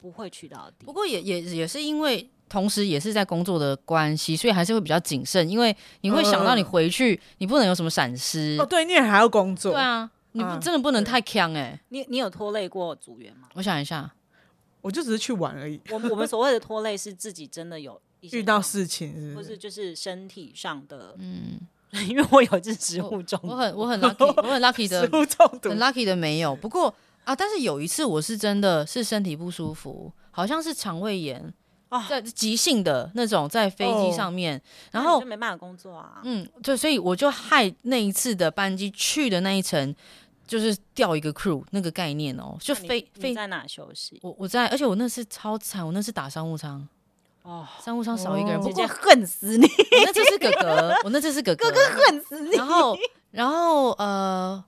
不会去到的地
不
哦
方。
过也也也是因为同时也是在工作的关系，所以还是会比较谨慎，因为你会想到
嗯
你回去，你不能有什么闪失。
哦，对，你也还要工作。
对啊，你
嗯
不、
啊
真的不能
对
太呛哎、
你你有拖累过组员吗？
我想一下，
我就只是去玩而已，
我们我们所谓的拖累是自己真的有一些
遇到
状
事情是不
或是
是？
就是身体上的，
嗯，
因为我有一次食物中
我
毒，
很我很 lucky，我 很 lucky
食
的，
物中毒
很 lucky 的没有。不过啊，但是有一次我是真的是身体不舒服，好像是肠胃炎
啊
在急性的那种，在飞机
哦
上面，
那
然
你
后
就没办法工作啊。
嗯，对，所以我就害那一次的班机去的那一层，就是掉一个 crew 那个概念哦，就
那
飞
你你
飞。
在哪休息？
我我在，而且我那次超惨，我那次打商务舱，
哦，
商务舱少一个人，
哦
不过
姐姐
我
恨死 你，
那次是哥哥，我那次是哥 哥，哥哥
恨死你！
然后然后呃，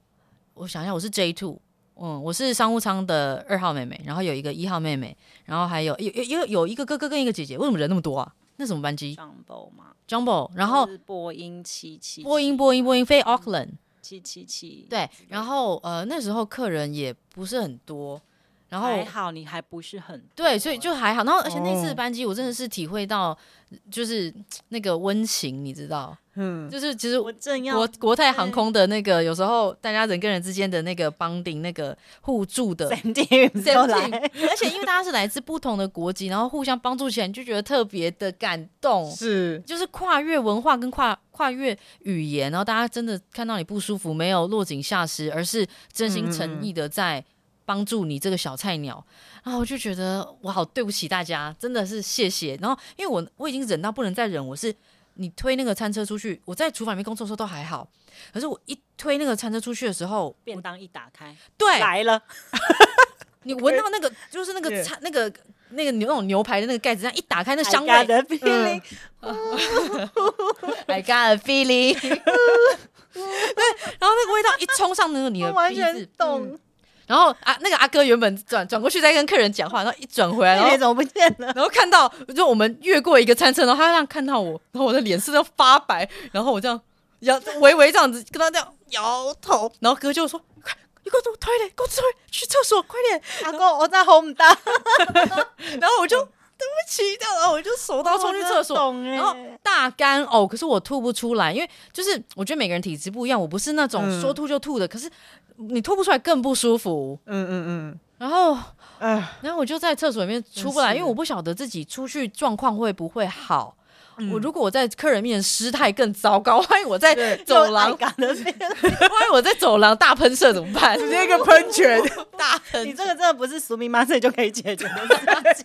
我想一下，我是 J two。嗯，我是商务舱的二号妹妹，然后有一个一号妹妹，然后还有有有有有一个哥哥跟一个姐姐，为什么人那么多啊？那什么班机
上报嘛，
？Jumbo，然后
就是波音七七
波音波音波音
嗯
飞 Auckland，
七七七，
对，然后呃那时候客人也不是很多，然后
还好啊你还不是很
对，所以就还好。然后而且那次的
哦
班机我真的是体会到就是那个温情，你知道，
嗯，
就是其实
我正要
国 国泰航空的那个有时候大家人跟人之间的那个 bonding 那个互助的。
闪电没有来，
而且因为大家是来自不同的国籍，然后互相帮助起来，你就觉得特别的感 动。
是
就是跨越文化跟跨跨越语言，然后大家真的看到你不舒服，没有落井下石，而是真心诚意的在帮助你这个小菜鸟啊，我就觉得我好对不起大家，真的是谢谢。然后因为我我已经忍到不能再忍，我是你推那个餐车出去，我在厨房里面工作的时候都还好，可是我一推那个餐车出去的时候，
便当一打开，
对
来了，
你闻到那个就是那个
Yeah
餐那个那个牛那种牛排的那个盖子，这样一打开那香味
I got the feeling，
，I got a feeling，对，然后那个味道一冲上那个你的
我完
嗯鼻子，嗯
全懂。
然后啊，那个阿哥原本转转过去在跟客人讲话，然后一转回来，然
那
后
你怎么不见了？
然后看到就我们越过一个餐车，然后他这样看到我，然后我的脸色都发白，然后我这样摇微微这样子跟他这样摇头，然后哥就说：“快，你给我走推嘞，给我推去厕所，快点！”
阿公，我在红大，
然后我就对不起，这样，
哦
然后我就手刀冲去厕所，
我真的懂欸
然后大干呕，可是我吐不出来，因为就是我觉得每个人体质不一样，我不是那种
嗯
说吐就吐的，可是你吐不出来更不舒服。
嗯嗯
然后，
嗯，哎，
然后我就在厕所里面出不来，
真是
因为我不晓得自己出去状况会不会
嗯
好。我如果我在客人面前失态更糟糕， 万一我在
对
走廊，
嘎的 feeling，
万一我在走廊大喷射怎么办？
直接一个喷 泉，
大喷
你这个真的不是俗名妈这就可以解决的事情，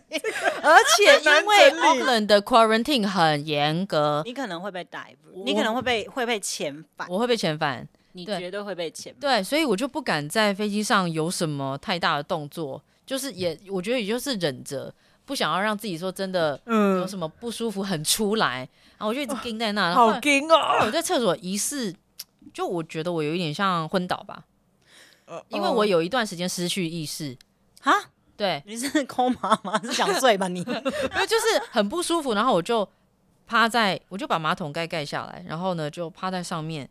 而且因为
很难
Auckland 的 quarantine 很严格，
你可能会被逮捕，你可能会被会被遣返，
我会被遣返。
你
对
绝对会被遣返。
对，所以我就不敢在飞机上有什么太大的动作，就是也我觉得也就是忍着，不想要让自己说真的有
嗯，
什么不舒服很出来，然后我就一直盯在那。然后后
好
来
惊
后来我
哦，
在厕所疑似，就我觉得我有一点像昏倒吧，因为
哦
我有一段时间失去意识，
啊，
对，
你是抠妈吗？是想 睡吧你？
因为就是很不舒服，然后我就趴在，我就把马桶盖盖下来，然后呢就趴在上面，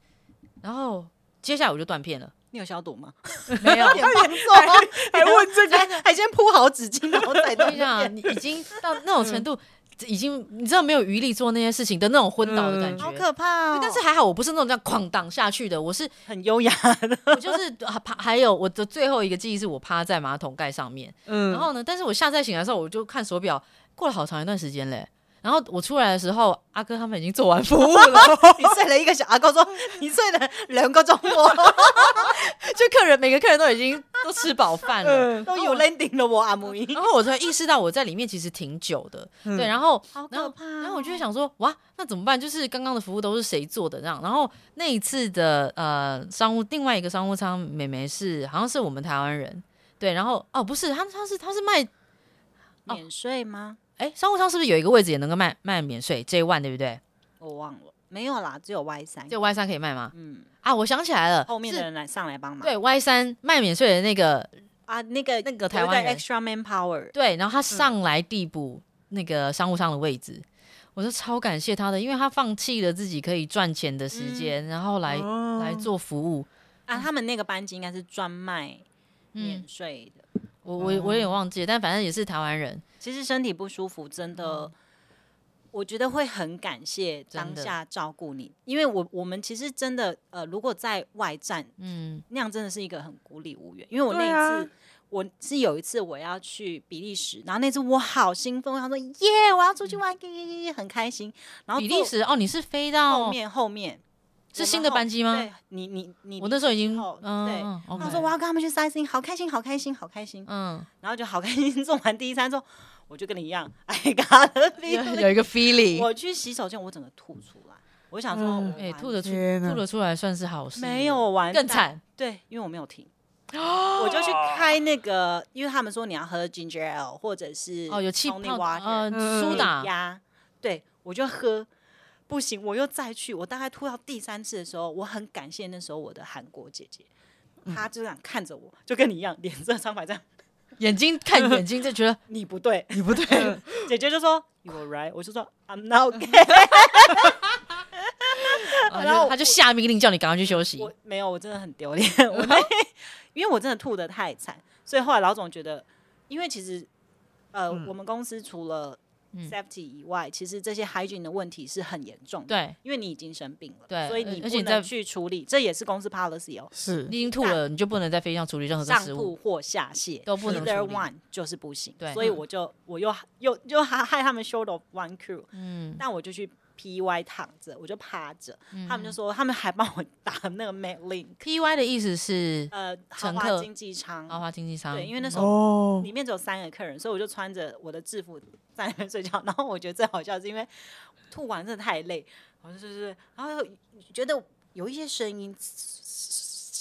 然后接下来我就断片了，
你有消毒吗？
没有。
点放松，
还问这个，
还还先铺好纸巾，然后再
我跟你讲，你已经 到那种程
嗯
度，已经你知道没有余力做那些事情的那种昏倒的感觉。
好可怕哦！
但是还好，我不是那种这样哐当下去的，我是
很优雅的，
我就是 啊趴，还有我的最后一个记忆是我趴在马桶盖上面，
嗯，
然后呢，但是我下再醒来的时候，我就看手表，过了好长一段时间嘞。然后我出来的时候，阿哥他们已经做完服 务了，
你睡了一个小阿公说你睡了两个钟 头，
就客人每个客人都已经都吃饱饭了，
嗯，
都有 landing 了我阿母一，
然后我才意识到我在里面其实挺久的，
嗯
对，然后
好
然后
怕哦
然后我就会
想，
想说，哇，那怎么办？就是刚刚的服务都是谁做的这样？然后那一次的呃商务，另外一个商务舱美眉是好像是我们台湾人，对，然后哦不是，他他是他是卖
免税吗？
哎商务舱是不是有一个位置也能够卖卖免税 J one 对不对？
我忘了，没有啦，只有 Y 三
就，Y 三可以卖吗？
嗯，
啊，我想起来了，
后面的
是
人来上来帮忙，
对 Y 三卖免税的那个
啊，那个
那个台湾人
有一个 extra manpower，
对，然后他上来递补那个商务舱的位置。我就超感谢他的，因为他放弃了自己可以赚钱的
嗯
时间，然后来、
哦
来做服务。
啊，他们那个班级应该是专卖
嗯
免，税的。
我我我有
哦
点忘记了，但反正也是台湾人。
其实身体不舒服，真的，我觉得会很感谢
嗯
当
真的
下照顾你，因为我我们其实真的，呃，如果在外站
嗯
那样，真的是一个很孤立无援。因为我那
对
一
啊
次，我是有一次我要去比利时，然后那次我好兴奋，我想说耶，我要出去玩，很开心。然后
嗯比
坐
利时哦，你是飞
后
到
面后面
是新的班机吗？
对，你你你，
我那时候已经
后
嗯
对
嗯
他
，OK，
说我要跟他们去散心，好开心，好开心，好开心。
嗯，
然后就好开心， 做完第一餐之后，我就跟你一样，I got a
有
feeling。
有一个 feeling，
我去洗手间，我整个吐出来。我想说，
嗯
我
哎，
完
吐得出
天哪
吐得出来算是好事，
没有完
更
蛋，
惨，
对，因为我没有 停。我就去开那个，因为他们说你要喝 ginger ale 或者是
哦，有气
tonic
泡
water
呃
嗯
苏打，
呀，对我就喝，不行，我又再去，我大概吐到第三次的时候，我很感谢那时候我的韩国姐姐，
嗯
她就这样看着我，就跟你一样，脸色苍白这样，
眼睛看眼睛就 觉得
你不对，
你不对，
嗯
姐姐就说 You were right，我就说 I'm not okay，
啊
然后
就他就下命令叫你赶快去休息，
我没有，我真的很丢脸，
嗯
我那因为我真的吐的太惨，所以后来老总觉得，因为其实呃，
嗯
我们公司除了
嗯
safety 以外，其实这些 hygiene 的问题是很严重的，
对。
因为你已经生病了，
对
所以
而
你
而且
不
你在
能去处理，这也是公司 policy 哦，
是
你已经吐了，你就不能在飞机上处理任何的
上
哦食
吐
物，
或下泻
都不能
either
处理
one 就是不行
对，嗯
所以我就我又又又害害他们 short of one crew，
嗯，
但我就去 P Y 躺着，我就趴着，他们就说他们还帮我打那个 Mail Link，
P Y 的意思是
呃，豪
乘
华
客哦嗯
经济舱，
豪华经济舱，
对，因为那时候
哦，
里面只有三个客人，所以我就穿着我的制服在那边睡觉。然后我觉得最好笑是因为吐完真的太累，我就是然后觉得有一些声音，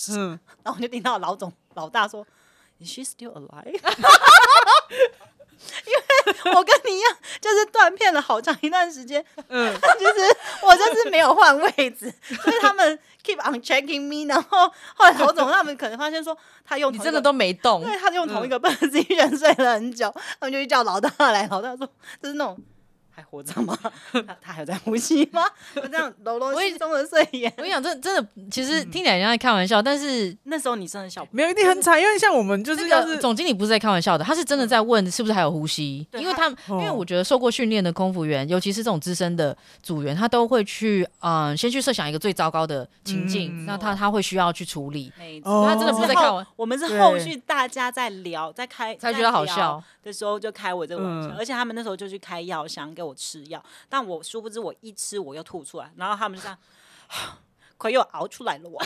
嗯，
然后我就听到老总老大说：“Is she still alive？” 因为我跟你一样，就是断片了好长一段时间，
嗯，
就是我就是没有换位置，所以他们 keep on checking me，然后后来老总他们可能发现说他用
你
同一
真
个
的都没动
因，为他就用同一个 position 睡了很久，他们就去叫老大来，老大说就是那种还活着吗？ 他他还有在呼吸吗？就这样柔柔
我也
轻松的睡眼
我。 跟你讲，真的真的，其
嗯
实听起来人家在开玩笑，但是
那时候你真的笑不，
没有一定很惨，因为像我们就
那
是要
个
是
总经理不是在开玩笑的，他是真的在问是不是还有呼吸，
嗯对
因为
他
他们因为
哦
我觉得受过训练的空服员，尤其是这种资深的组员，他都会去嗯、先去设想一个最糟糕的情境，
嗯
那他他会需要去处理，
没
哦
错，
他真的不是在开玩
之后我们是
对
后续大家在聊，在开
才觉得好
在
笑
聊。的时候就开我这个玩笑，
嗯
而且他们那时候就去开药箱给我吃药，但我殊不知我一吃我又吐出来，然后他们就这样， 快又熬出来了我，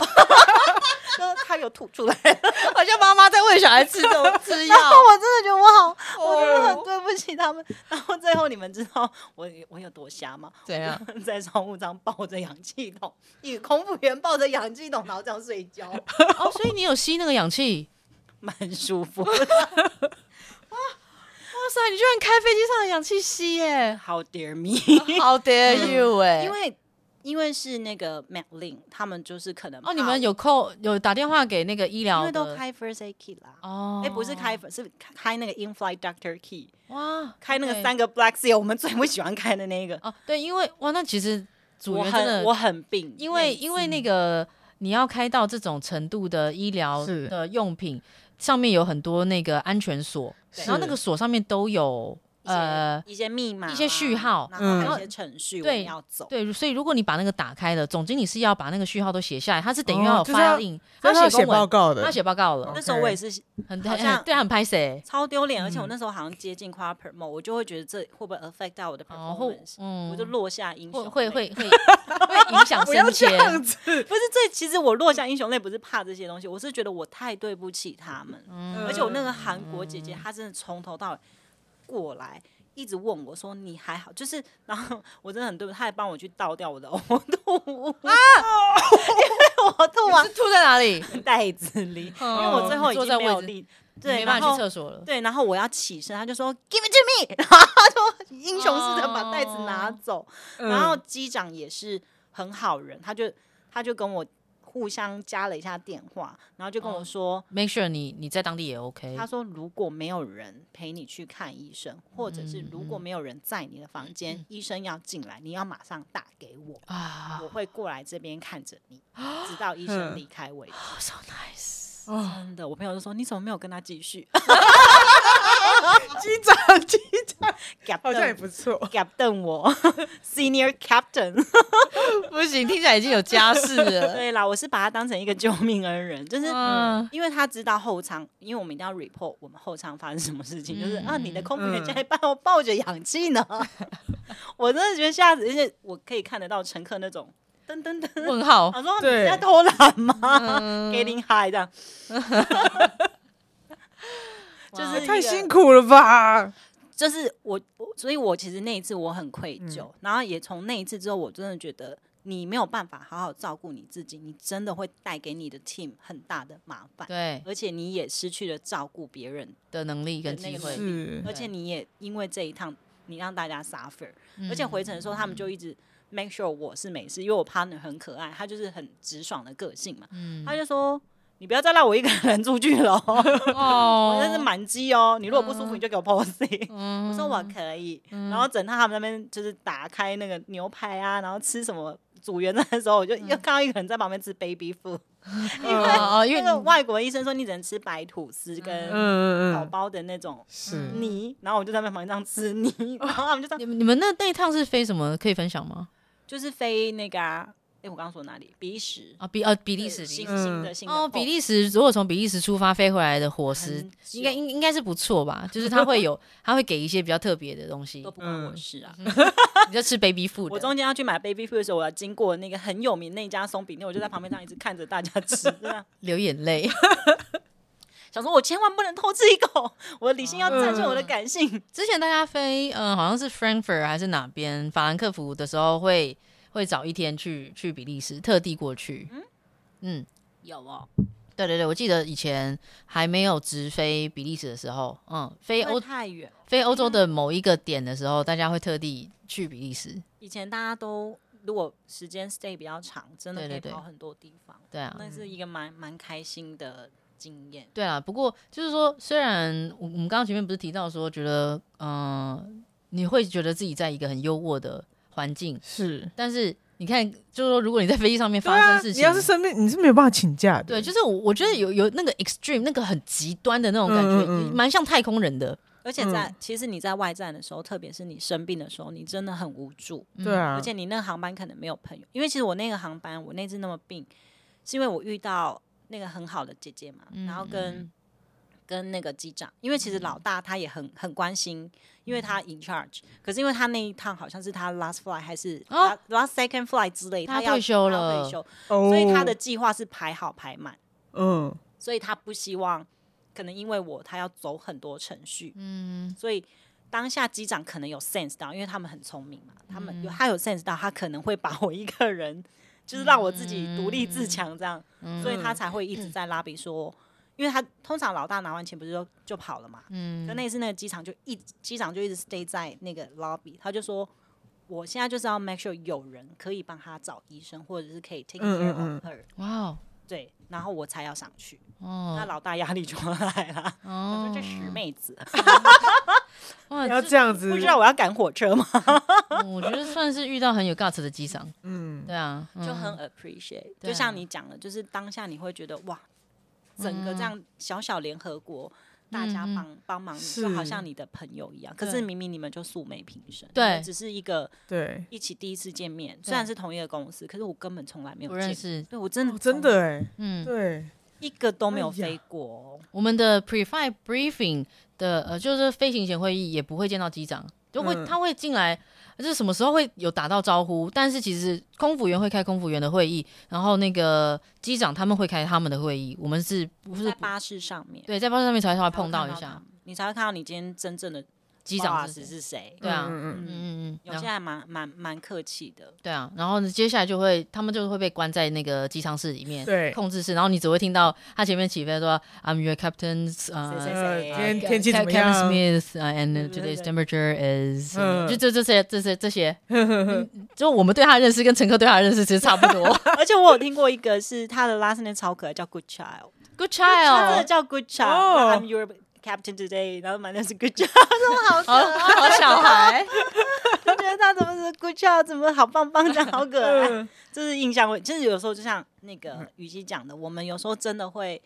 就是他又吐出来了。
好像妈妈在喂小孩吃 这种吃药
然后我真的觉得我好，我真的很对不起他们。然后最后你们知道我我有多瞎吗？
怎样？
在商务舱抱着氧气筒，一个空服员抱着氧气筒，然后这样睡 觉，
哦，所以你有吸那个氧气？
蛮舒服，
哇塞，你居然开飞机上的氧气吸 耶
好 dear me。
！How dare you 哎、
因为因为是那个 m a l i n 他们就是可能
哦，
怕
你们有扣有打电话给那个医疗
因
的
为都开 first aid kit 啦。
哦，
哎、不是开是开开那个 in flight doctor key，
哇，
开那个
OK
三个 black seal，我们最不喜欢开的那个。
哦，对，因为哇，那其实组
我
员真
很
的
我很病，嗯
因为因为那个你要开到这种程度的医疗
是
的用品，上面有很多那个安全锁，
是
然后那个锁上面都有
呃
呃。
一些密码、
一些序号
然后
嗯
还有一些程序我
对
们要走。
对，所以如果你把那个打开了，总经理是要把那个序号都写下来，他是等于
哦
要有
就是要
filing，、
所以他要
要写
写
公文
报，告的，
他写报告了，
那时候我也是
很
好
很
像
对，很拍谁？
超丢脸，而且我
嗯
那时候好像接近快要 promo，我就会觉得这会不会 affect 到我的
哦，或
performance，
嗯，
我就落下英雄
会
泪。
会会会会 影响
不要
升
这
迁
样，子，
不是这其实我落下英雄泪不是怕这些东西，我是觉得我太对不起他们。
嗯
而且我那个韩国姐姐，她真的从头到尾过来。一直问我说你还好，就是，然后我真的很对不起，她还帮我去倒掉我的 呕吐物啊，因为我吐完
是吐在哪里？
袋子里，因
嗯
为我最后已
坐
经
在
没有
位置，
力，
你
对，
没办
然
法去
后
厕所了。
对，然后我要起身，他就说 “Give it to me”，然后他就英雄似的把袋子拿走。
嗯
然后机长也是很好人，他就他就跟我互相加了一下电话，然后就跟我说。
Make sure 你你在当地也 OK。
他说：“如果没有人陪你去看医生，或者是如果
嗯
没有人在你的房间，医生要进来，你要马上打给我，
啊
我会过来这边看着你，
啊
直到医生离开为止。
，so nice，
哦，
真的，我朋友就说：“你怎么没有跟他继 续
机长机长
g
好像也不错，
Captain 我 Senior Captain，
不行，听起来已经有家室
呃
了。
对啦，我是把他当成一个救命恩人，就是
嗯，
因为他知道后舱，因为我们一定要 report 我们后舱发生什么事情，就是啊，你的空服员
嗯
竟然帮我抱着氧气呢， 我真的觉得吓死，而且我可以看得到乘客那种噔噔噔，
问号，
他说你
哦对嗯
在偷懒吗？Getting high 这样，就是
嗯
一个
太辛苦了吧？
就是我，我所以我其实那一次我很愧
嗯
疚，然后也从那一次之后，我真的觉得你没有办法好好照顾你自己，你真的会带给你的 team 很大的麻烦，
对
而且你也失去了照顾别人，
的能力跟机会，
是
而且你也因为这一趟你让大家 suffer，、
嗯
而且回程的时候他们就一直 make sure 我是没事，因为我 partner 很可爱，他就是很直爽的个性嘛，
嗯
他就说。你不要再让我一个人出去了哦，我真是
哦，
满机哦。你如果不舒服，你就给我 pose。
嗯
我说我可以，然后整趟他们那边就是打开那个牛排啊，然后吃什么组员的时候，我就
嗯
又看到一个人在旁边吃 baby food，、
哦，哦因为
那个外国医生说你只能吃白吐司
嗯
跟
嗯
宝
嗯，
宝的那种
是
嗯
泥，然后我就在那边旁边这样吃 泥，然后他们就这样
你们你们那那一趟是飞什么？可以分享吗？
就是飞那个、啊、哎，我刚刚说哪里？比利时，
啊，比呃比利时
对
比利
新
时
新的新的
哦，比利时如果从比利时出发飞回来的伙食
很，久
应该应应该是不错吧？就是它会有，它会给一些比较特别的东西
都，不关我事啊。
比较吃 baby food
我
的。
中间要去买 baby food 的时候，我要经过那个很有名那家松饼店，我就在旁边这样一直看着大家吃，这样
流眼泪，
想说我千万不能偷吃一口，我的理性要战胜我的感性。
之前大家飞，嗯、好像是 Frankfurt 还是哪边法兰克福的时候会，会早一天去去比利时，特地过去。嗯，
有哦，
对对对，我记得以前还没有直飞比利时的时候，嗯，飞
因为
欧
太远。
飞欧洲的某一个点的时候，大家会特地去比利时。
以前大家都如果时间 stay 比较长，真的可
对
以
对对
跑很多地方，
对啊，
那是一个蛮蛮开心的经验。
对啊啦，不过就是说，虽然我我们刚刚前面不是提到说，觉得嗯、呃你会觉得自己在一个很优渥的环境，
是，
但是你看，就是说，如果你在飞机上面
对
嗯发
啊
生，事
你
情，
要是生病，你是没有办法请假的。
对，就是我我觉得有有那个 extreme 那个很极端的那种感
嗯
觉，
嗯嗯
蛮像太空人的。
而且
嗯
在、其实你在外站的时候，特别是你生病的时候，你真的很无助，
对
嗯
啊，
而且你那个航班可能没有朋友，因为其实我那个航班我那次那么病，是因为我遇到那个很好的姐姐嘛，嗯然后
嗯
跟。跟那个机长，因为其实老大他也很很关心，因为
嗯
他 in charge。可是因为他那一趟好像是他 last fly 还是
哦
last,、last second fly 之类，
他
要
退休了
他要退休，
哦
所以他的计划是排好排满，
嗯
所以他不希望可能因为我他要走很多程序，
嗯，
所以当下机长可能有 sense 到，因为他们很聪明嘛，他们
嗯
有他有 sense 到，他可能会把我一个人，就是让我自己独立
嗯
自强这样，所以他才会一直在拉比说，因为他通常老大拿完钱不是就就跑了嘛，嗯，那那次那个机场就一机长就一直 stay 在那个 lobby，他就说。我现在就是要 make sure 有人可以帮他找医生，或者是可以 take care
嗯
of
嗯
her，、
哇哦，
对，然后我才要上去。那
哦，
老大压力就来了， 他
哦
说这死妹子，
哇，
要
这
这样子
不，知道我要赶火车吗？
我觉得算是遇到很有 guts 的机长。
嗯，
对啊，嗯
就很 appreciate。
对啊嗯
就像你讲的，就是当下你会觉得哇，整个这样小小联合国，大家
嗯嗯
帮帮忙你，
是
就好像你的朋友一样。可
对
是明明你们就素昧平生，
对
你们只是一个
对，
一起第一次见面，虽然是同一个公司，可是我根本从来没有
不
见
认
过。
识。
对我真的、
哦真的哎，
嗯，
对，
一个都没有
哎呀
飞过哦，
我们的 pre-flight briefing 的呃，就是飞行前会议也不会见到机长，就会、
嗯
他会进来，就是什么时候会有打到招呼，但是其实空服员会开空服员的会议，然后那个机长他们会开他们的会议，我们是不是
在巴士上面
对在巴士上面才稍微
才会
碰到一
看他
下
们，你才会看到你今天真正的
机
巴
长
士
是谁？
是谁。
对啊，嗯
嗯嗯嗯
嗯嗯，
有
然
些
后
还蛮蛮蛮客气 的，
对啊，然后呢接下来就会他们就会被关在那个机舱室里面。
对，
控制室，然后你只会听到他前面起飞说 "I'm your captain"，呃，
谁
呃，
谁
今
谁
天天气怎么
Kevin
样？
Smith 啊
对
，and
对对
today's temperature is
嗯
就就这些这些这些， 嗯就我们对他的认识跟乘客对他的认识其实差不多。
而且我有听过一个是他的 last name 超可爱，叫 Good Child。
Good
他真
child，
的 叫 Good Child，、
哦
I'm your captain today，然后满脸是 Good Child，
好好小孩，
就觉得他怎么是 Good Child，怎么好棒棒这样，好可
嗯
爱，就是印象会，就是有时候就像那个雨熙讲的，我们有时候真的会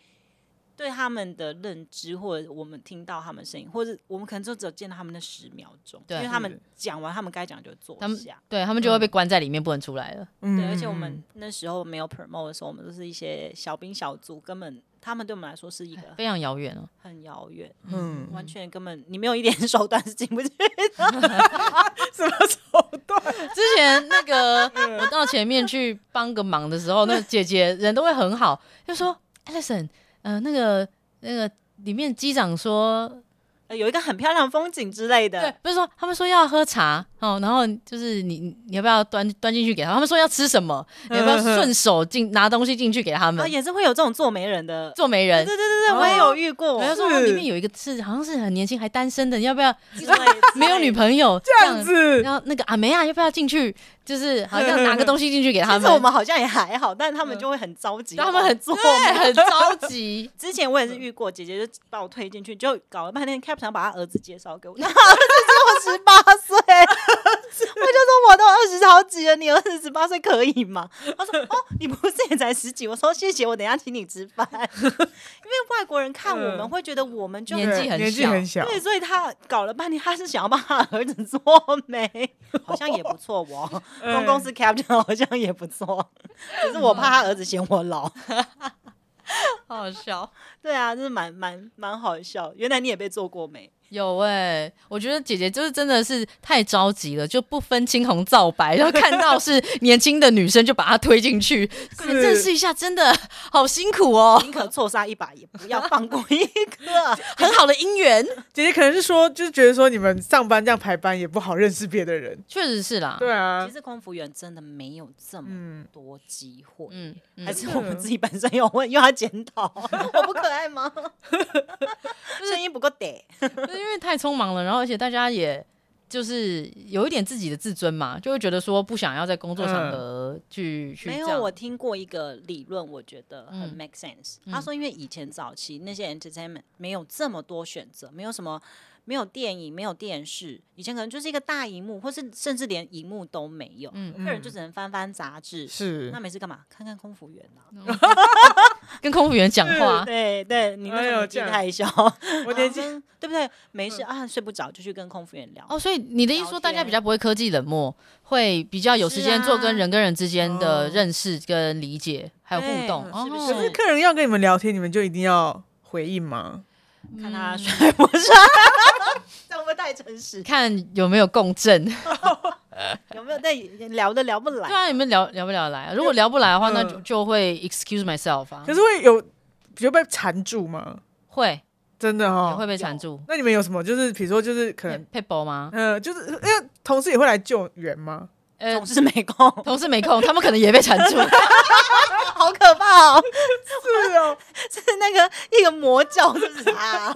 对他们的认知，或者我们听到他们声音，或者我们可能就只有见到他们那十秒钟，
对
因为他们讲完他们该讲就做
他们
下。
对他们就会被关在里面不能出来了。
嗯
对，而且我们那时候没有 promote 的时候，我们都是一些小兵小卒，根本他们对我们来说是一个
非常遥远哦，
很遥远，
嗯，
完全根本你没有一点 手段是进不去
什么手段？
之前那个我到前面去帮个忙的时候，那个姐姐人都会很好，就说 Alison，呃，那个那个里面机长说
呃，有一个很漂亮的风景之类的。
对，不是说他们说要喝茶哦，然后就是你你你要不要端端进去给他们？他们说要吃什么，你要不要顺手进拿东西进去给他
然后
们？
嗯啊也是会有这种做媒人的。
做媒人
对，对对对，我也有遇过
然后说
是
哦里面有一个是好像是很年轻还单身的，你要不要？
之类，之
没有
类
女
的。
朋 友
这样。子，
然后那个阿梅啊，要不要进去？就是好 像拿个东西进去给他们
其实，我们好像也还好，但他们就会很着急，
然后他们很
做
对，
媒。
很着急。
之前我也是遇过，姐姐就 把我推进去，就搞了半天 Cap 想把他儿子介绍给我，他儿子只有十八岁， 说我都二十好几了，你儿子十八岁可以吗？他说哦，你不是也才十几？我说谢谢，我等一下请你吃饭。 因为外国人看我们
嗯
会觉得我们就
年纪很
年纪
小
很小，
对，所以他搞了半天，他是想要帮他儿子做媒，好像也不错哦。公公是 captain，好像也不错， 只是我怕他儿子嫌我老。
好好笑。
对啊，就是蛮蛮蛮好笑。原来你也被做过媒，
有哎、我觉得姐姐就是真的是太着急了，就不分青红皂白，然后看到是年轻的女生就把她推进去，快点认识一下，真的好辛苦哦，
宁 可错杀一把，也不要放过一个。
很好的姻缘，
姐姐可能是说，就是觉得说你们上班这样排班也不好认识别的人，
确实是啦。
对啊
其，实空服员真的没有这么多机会。
嗯，嗯
还是我们自己本身有问，又要检 讨，我不可爱 吗？声音不够嗲，
就是因为太匆忙了，然后而且大家也就是有一点自己的自尊嘛，就会觉得说不想要在工作场合去、去
没
这
有，
样
我听过一个理论，我觉得很
嗯
make sense。
嗯
他说，因为以前早期那些 entertainment 没有这么多选择，没有什么，没有电影，没有电视，以前可能就是一个大荧幕，或是甚至连荧幕都没有，
嗯
客人就只能翻翻杂志。
嗯是
那没事干嘛？看看空服员啊。
嗯跟空服员讲话，
对对，你那
哎
个
呦
年纪
这样
太小，
我年纪
啊跟 对不对？没事啊，睡不着就去跟空服员聊。
哦，所以你的意思说，大家比较不会科技冷漠，会比较有时间
是啊嗯
做跟人跟人之间的认识跟理解，还有互
对
动，
是不
哦
可是
是
客人要跟你们聊天，你们就一定要回应吗？
看他帅不帅， 这样会不会太诚实？
看有没有共振？
有没有但聊的聊不来
对？啊，你们聊聊不聊得来啊？如果聊不来的话，那就
嗯
就会 excuse myself 啊
可，是会有，比如被缠住吗？
会
真的
也会
哦。
被缠住。
那你们有什么？就是比如说，就是可能，
佩宝吗？
呃，就是因为同事也会来救援吗？
呃
总，是没空，
同事没空，他们可能也被缠住。
好 可怕哦！
是哦，
是那个一个魔教，是不是啊？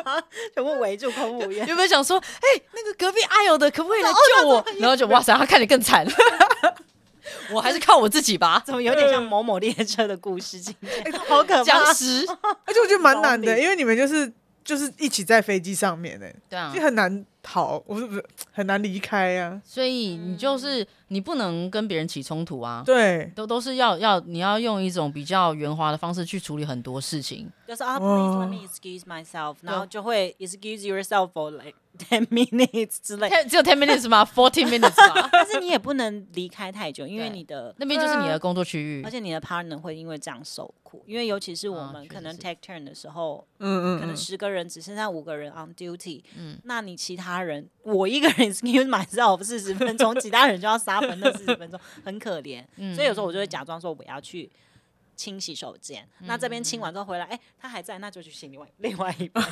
全部围住空 服员，
原本想说，哎、那个隔壁阿友的可不可以
哦
来救我？然后就哇塞，他看得更 惨。我还是靠我自己吧，
怎么有点像某某列车的故事情节？好可怕
僵！尸。
而且我觉得啊蛮难
懂
的，
你
因为你们就是就是一起在飞机上面呢，
对啊
就，很难逃，我是不是很难离开啊呀？
所以你就是你不能跟别人起冲突啊，
对，
都都是要要你要用一种比较圆滑的方式去处理很多事情。
就是啊
哇
，please let me excuse myself，然后就会 excuse yourself for like ten minutes 之 类。
Ten- 只有 ten minutes 吗？Fourteen minutes 吗？
但是你也不能离开太久，因为
对
你的
那边就是你的工作区域
而，且你的 partner 会因为这样受苦，因为尤其是我
啊
们
确
可
实
能
是
take turn 的时候，
嗯
可
嗯
能
嗯，
十个人只剩下五个人 on duty，
嗯
那你其他人我一个人 excuse myself 四十分钟，其他人就要杀分那四十分钟，很可怜。
嗯
所以有时候我就会假装说我要去。清洗手间，那这边清完之后回来，哎、他还在，那就去清另外另外一边，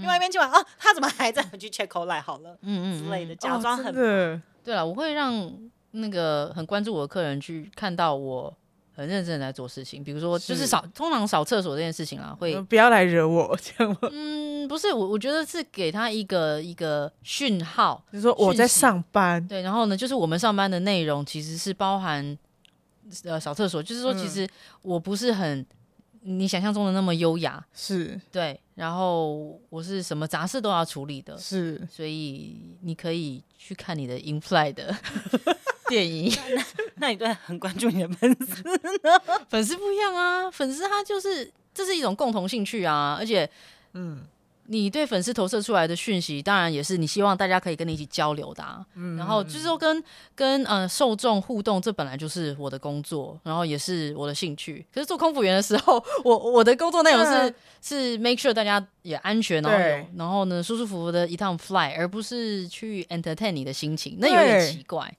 另外一边清完，哦，他怎么还在？我去 check call 来好了
嗯
之类
嗯
的，
嗯。
假装很、
哦真的
对啊了，我会让那个很关注我的客人去看到我很认真的在做事情，比如说就是
是
扫，通常扫厕所这件事情啊，会
呃不要来惹我，这样吗？
嗯，不是我，我觉得是给他一个一个讯号，
你说我在
讯息
上班，
对，然后呢，就是我们上班的内容其实是包含呃扫厕所，就是说其
嗯
实我不是很你想象中的那么优雅，
是
对，然后我是什么杂事都要处理的，
是，
所以你可以去看你的 in fly 的 电影，
那你对很关注你的粉丝，
粉丝不一样啊，粉丝他就是这是一种共同兴趣啊，而且
嗯，
你对粉丝投射出来的讯息，当然也是你希望大家可以跟你一起交流的、啊。
嗯
然后就是说跟跟呃受众互动，这本来就是我的工作，然后也是我的兴趣。可是做空服员的时候， 我我的工作内容是、
对啊
是 make sure 大家也安全，然后有
对
然后呢舒舒服服的一趟 fly，而不是去 entertain 你的心情，那有点
对
奇怪。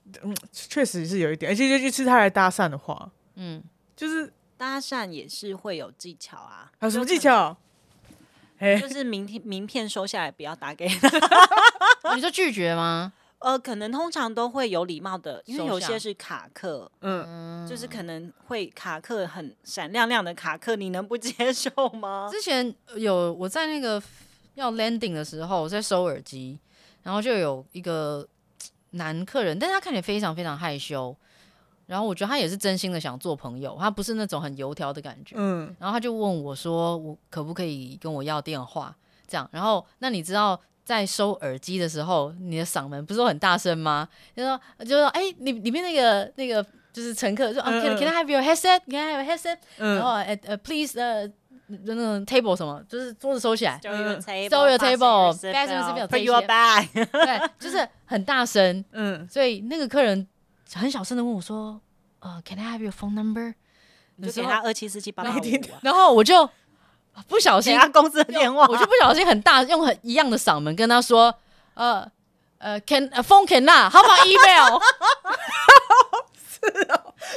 确实是有一点，而且尤其是他来搭讪的话，
嗯，
就是
搭讪也是会有技巧啊，
还有什么
就可
技巧？哎
就，是明天名片收下来，不要打给他。
你说拒绝吗？
呃，可能通常都会有礼貌的，因为
收
有
下
些是卡客，
嗯，
嗯，
就是可能会卡客很闪亮亮的卡客，你能不 接受吗？
之前有我在那个要 landing 的时候，我在收耳机，然后就有一个嘖男客人，但是他看起来非常非常害羞，然后我觉得他也是真心的想做朋友，他不是那种很油条的感觉。
嗯，
然后他就问我说：“我可不可以跟我要电话？”这样，然后那你知道在收耳机的时候，你的嗓门不是都很大声吗？就说就说哎、里里面那个那个就是乘客说啊、
嗯
can can I have your headset? Can I have your headset? 然后
嗯，
呃呃 please 呃那个 table 什么，就是桌子收起来。
Show your table,
嗯 Show your table,
fasten
fasten your
your
seatbelt，
seatbelt,
这
put your
些
bag。
对，就是很大声。
嗯，
所以那个客人很小声的问我说：“呃，Can I have your phone number？”
你就
的时
给
候
他二七四七八八
听
五啊
听，
然后 我就不小
给
心
他公司的
用
电话。
我就不小心很大用很一样的嗓门跟他说：“呃呃，Can 呃 phone can not？How about email？”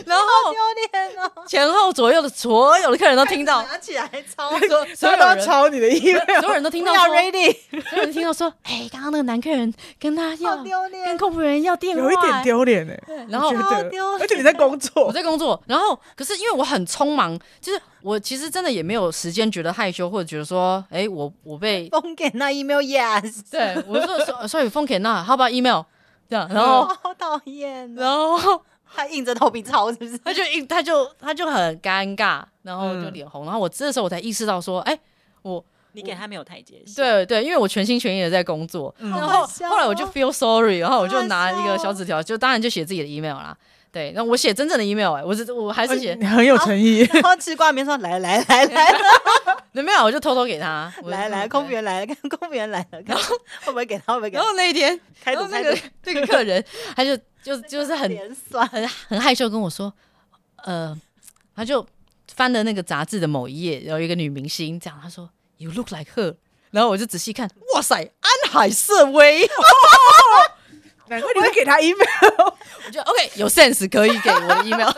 然后
丢脸哦！
前后左右的所有的客人都听 到，
拿 起来超
所所
所以
有
都要
人
抄你的啊 email，
所有人都听到
不要
说，
ready，
所有人听到说：“哎，刚刚那个男客人跟他
好
要
丢脸
跟，空服人要电话。”
有一点丢脸哎，
然后哦
觉
好
得
丢脸
而且你在工
我
作，
在工作，然后可是因为我很匆忙，就是我其实真的也没有时间觉得害羞，或者觉得说，哎、我我被
封给那 email yes，
对我就说， 所以封给那，how about email 这样， 然后、
好讨厌哦。
然后
他硬着头皮抄是不是？
他就一他就他就很尴尬，然后就脸红，然后我这时候我才意识到说，哎、我
你给他没有台阶下，
对对，因为我全心全意的在工作，然后
好笑哦
后来我就 feel sorry，然后我
好
就
好
拿
笑
一个
哦
小纸条，就当然就写自己的 email 啦，对，那我写真正的 email，哎、我只我
哦
还是写
你很有诚意，
然后吃瓜面说来来 来来了
那没有，我就偷偷给他，我嗯
来来，
对
空服员来了，看空服员来了，看会不会给他会不会给
然
他
后那一天，
开
然
赌
后那
开
个
赌，
那个客人，他就 就就是很
脸酸，
很很害羞跟我说，呃，他就翻了那个杂志的某一页，然后有一个女明星这样，他说 “You look like her”，然后我就仔细看，哇塞，安海瑟薇，
难怪你会给他 email，
我觉得 OK 有 sense 可以给我的 email，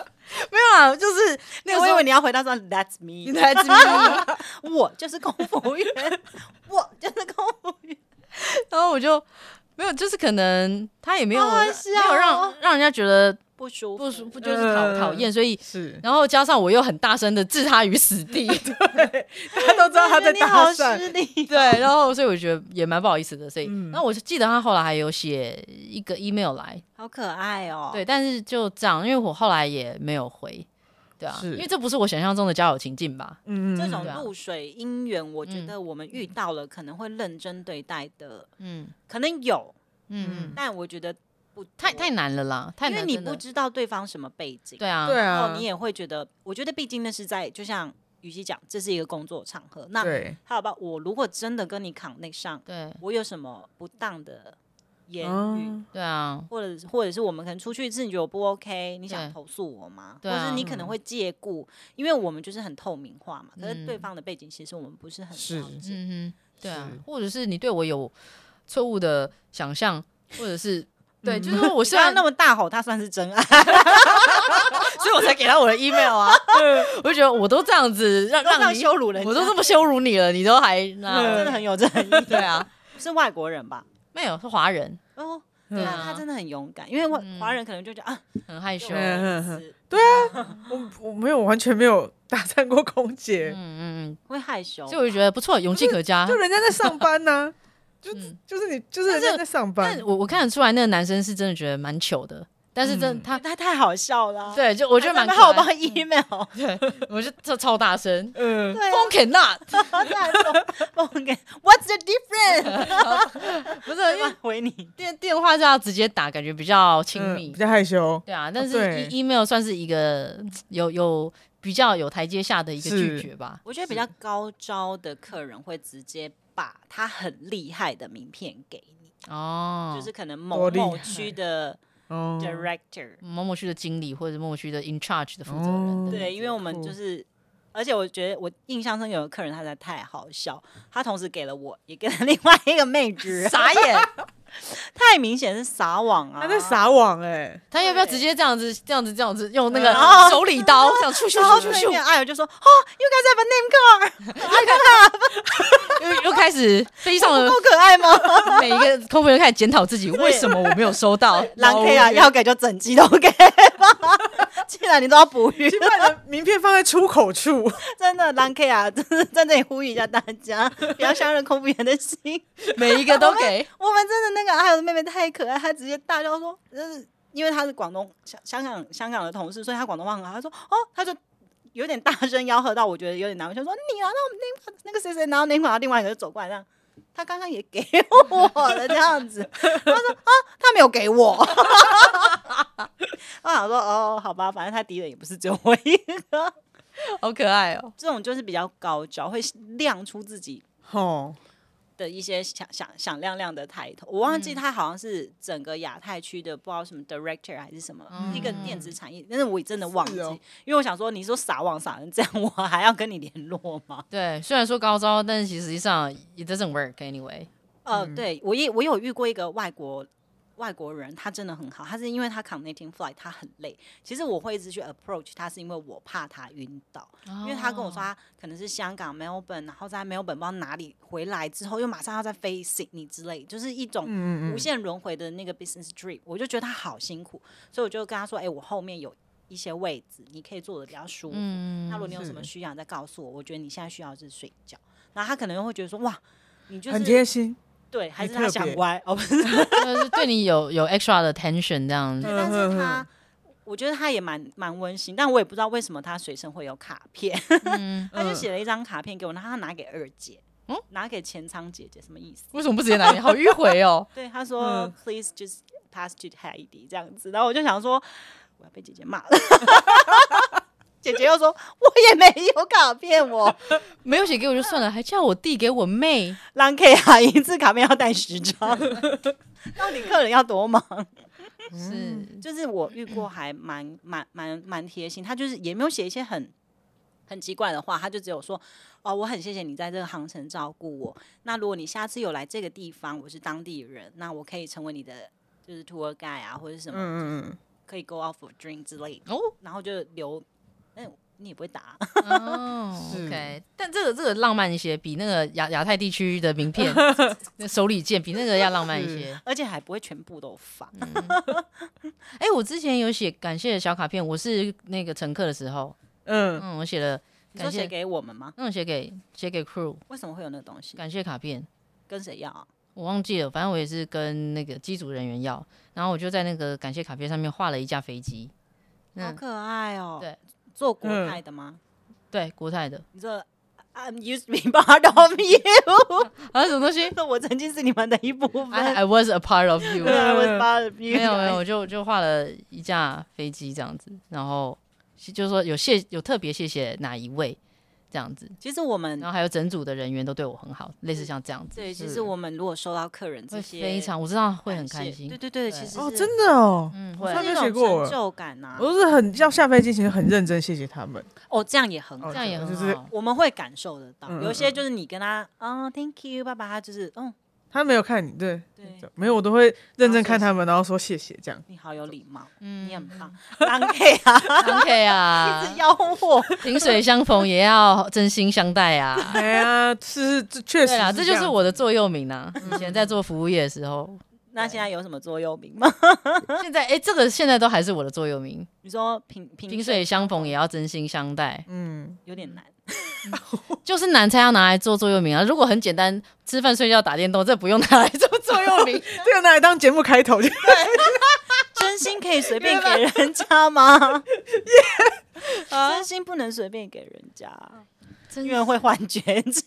没有啊，就是那个
我
时
以
候
为你要回答说 That's
你
me，
来自然
我就是空服 员，我就是空服员，
后我就没有，就是可能他也没有
好好
没
笑
有
哦
让让人家觉得
不舒
不
服，
舒服，就是讨
嗯
讨厌，所以
是，
然后加上我又很大声的置他于死 地，
他都知道他在
你好
搭讪，
失礼。哦
对，然后所以我觉得也蛮不好意思的，所以，
嗯
然后我就记得他后来还有写一个 email 来，
好可爱哦！
对，，但是就这样，因为我后来也没有回，对啊，
是
因为这不是我想象中的交友情境吧？
嗯，
这种
对啊
露水姻缘，我觉
嗯
得我们遇到了可能会认真对待的，
嗯
可能有，
嗯，嗯
但我觉得不多
太太，难了啦，太
因
难了，
为你
真的
不知道对方什么背景，
对啊，
对
然
啊
后，你也会觉得，我觉得毕竟那是在，就像雨熙讲，这是一个工作场合。那
对，
还有吧，我如果真的跟你 connect 上，
对
我有什么不当的言语，
嗯，
对啊，
或者或者是我们可能出去一次，你觉得我不 OK，你想
对
投诉我吗？
对啊
或是你可能会借故，因为我们就是很透明化嘛。可是对
嗯
方的背景其实我们不是很
是
了解。
嗯哼，对啊
是，
或者是你对我有错误的想象，或者 是。对，就是说我
我
虽
虽然
然
那么大吼，他算是真爱，
所以我才给他我的 email 啊，我就觉得我都这样子让
都这
让
样
你
羞辱人家，
我都这么羞辱你了，你都 还
嗯
那
真的很有正 义。
对啊，
是外国人吧？
没有是华人，
哦，
对
对
啊
啊，他真的很勇敢，因为外
嗯
华人可能就觉得啊，
很害羞。嗯
嗯
就
我我没有完全没有 搭讪过空姐，
嗯
会害羞
嗯，。所以我就觉得不错，勇气可
嗯
嘉
就。人家在上班 呢，就
嗯
就是你就是人家在上班
但，我我看得出来，那个男生是真的觉得蛮糗的，但是真
嗯
他
他太好笑了啊，
对，就我
我
觉得蛮
好
可
帮
爱。
email，
我就超超大声
嗯，
对啊，
，Phone cannot，
他在说 OK What's the difference？
不是因为
他回你，
电电话这样直接打，感觉比较亲
嗯
密
比。较害羞，
对啊，但
哦对
是 e email 算是一个有有比较有台阶下的一个拒
是
绝吧。
我觉得比较高招的客人会直接把他很厉害的名片给你，
哦，
就是可能
多
某
厉害
某区的嗯
哦，
director，
某某区的经理或者某某区的 in charge 的负责
哦
人。
对，因为我们就是。而且我觉得我印象中有个客人，他实在太好笑，他同时给了我，也给了另外一个妹 纸，
傻眼，
太明显是撒网啊！
他在撒网哎，
他要不要直接这样子、这样子、这样子用那个
嗯哦
手里 刀这样咻咻
然后
咻
就
咻
是
咻，
哎呦就说哦，You guys have a name card，
又又开始飞上了
够可爱吗？
每一个空服员开始检讨自己，为什么我没有收 到？
狼 K 啊，
老
要给就整季都给 吧，既然你都要捕鱼，
把你的名片放在出口处，
真的狼 K 啊，真的在这里呼吁一下大家，不要相信空服员的心。
每一个都 给，
我们真的那个还有妹妹太可爱，她直接大叫说，就是因为她是广东香香港香港的同事，所以她广东话很好。她说哦，她就。有点大声吆喝到，我觉得有点难为情，就说你拿到那个那个谁谁拿到那款，然后另外一个就走过来这样，他刚刚也给我的这样子。他说啊，他没有给我。我想说哦，好吧，反正他敌人也不是只有我一个。
好可爱哦、
这种就是比较高招，会亮出自己
哦，
的一些响响响亮亮的抬头。我
嗯
忘记他好像是整个亚太区的，不知道什么 director 还是什么、
嗯
一个电子产业，但是我真的忘记，
是哦
因为我想说，你说撒网撒成这样，我 还要跟你联络吗？
对，虽然说高招，但是其实实际上 it doesn't work anyway。
嗯
呃，对我也我有遇过一个外国外国人，他真的很好，他是因为他 connecting flight 他很累，其实我会一直去 approach 他，是因为我怕他晕倒。
因
因为他跟
哦
我说，他可能是香港 Melbourne，然后在 Melbourne 不知道哪里回来之后，又马上要再飞 Sydney 之类，就是一种
嗯嗯
无
嗯，
限轮回的那个 business dream。我就觉得他好辛苦，所以我就跟他说：“哎、我后面有一些位置，你可以坐的比较舒服。
嗯
那如果你有什么
是
需要，你再告诉我。我觉得你现在需要的是睡觉。”然后他可能会觉得说：“哇，你就
很
是
贴心，
对，
很
还是他
特
想
别
歪哦，不 是
就是对你有 有 extra 的 tension 这样
对，
子，
嗯
但
哼
是
哼
他，我觉得他也蛮蛮温馨，但我也不知道为什么他随身会有卡片，他就
嗯哦
写了一张卡片给我，然后他拿给二姐，
嗯
拿给前仓姐姐，什么意思？。
为什么不直接拿你？好迂回哦
对，他说、
嗯
please just pass to Heidi 这样子，然后我就想说我要被姐姐骂了， 姐姐又说我也没有卡片我，
没有写给我就算了，还叫我递给我妹。
让 K 啊一次卡片要带十张， 到底客人要多忙？
是，
嗯
就是我遇过还蛮蛮蛮蛮贴心，他就是也没有写一些很很奇怪的话，他就只有说哦，我很谢谢你在这个航程照顾我。那如果你下次有来这个地方，我是当地人，那我可以成为你的就是 tour guide 啊，或者是什么、
嗯嗯
可以 go out for drink 之类的，
哦
然后就留，哎、你也不会打，
哦
是
，OK，但这个这个浪漫一些，比那个亚亚太地区的名 片那手里剑比那个要浪漫一些。
而且还不会全部都发。
嗯哎、我之前有写感谢的小卡片，我是那个乘客的时候，
嗯嗯，
嗯，我写了
你说
感谢
写给我们吗？
那种写给写给 crew
为什么会有那个东西？
感嗯谢卡片，
跟谁要啊？
我忘记了，反正我也是跟那个机组人员要，然后我就在那个感谢卡片上面画了一架飞机，
好
嗯，
可爱哦、
对，
做国
嗯
泰的吗？
对，国泰的
你这 I'm used to be part of you。
啊，什么东 西
说我曾经是你们的一部分。
啊？I I was a part of you，
对 I was part of
没
you
有没有，我就就画了一架飞机这样子，然后就是说有谢有特别谢谢哪一位这样子，
其实我
然
们
后还有整组的人员都对我很好，类似像这样子，
嗯对，其实我们如果收到客人这
会
些，
非常我知道会很
感
开
谢
心
对，对对，
对
其实
哦，
是嗯
真的哦，
嗯，
我
会
上
是
面
一
学
种
过啊
成就感呐
我。
哦
都是很要下飞机前很认真谢谢他们，
哦，这样也很
哦
好
这，样也很
就是
好。
我们会感受得到。
嗯嗯
有些就是你跟他，嗯，Thank you，爸爸，他就是，嗯，
他没有看你，对，
对，
没有，我都会认真看他们，然后说谢谢这样。
你好有礼貌，
嗯
你很棒，Thank you 啊，
，OK 啊，
是 吆喝。
萍水相逢也要真心相待 啊。
哎呀，是是，确实
对啦，
这
这就是
样
我的座右铭呐、以前在做服务业的时候，
那现在有什么座右铭吗？嗯
现在哎、这个现在都还是我的座右铭。
你说平平
萍水相逢也要真心相待，
嗯，
有点难，
就是难才要拿来做座右铭啊。如果很简单，吃饭、睡觉、打电动，这不用拿来做座 右铭。
这个拿来当节目开头就
真心可以随便给人 家吗？
啊
真心不能随便给人家，
真
因为会换绝技。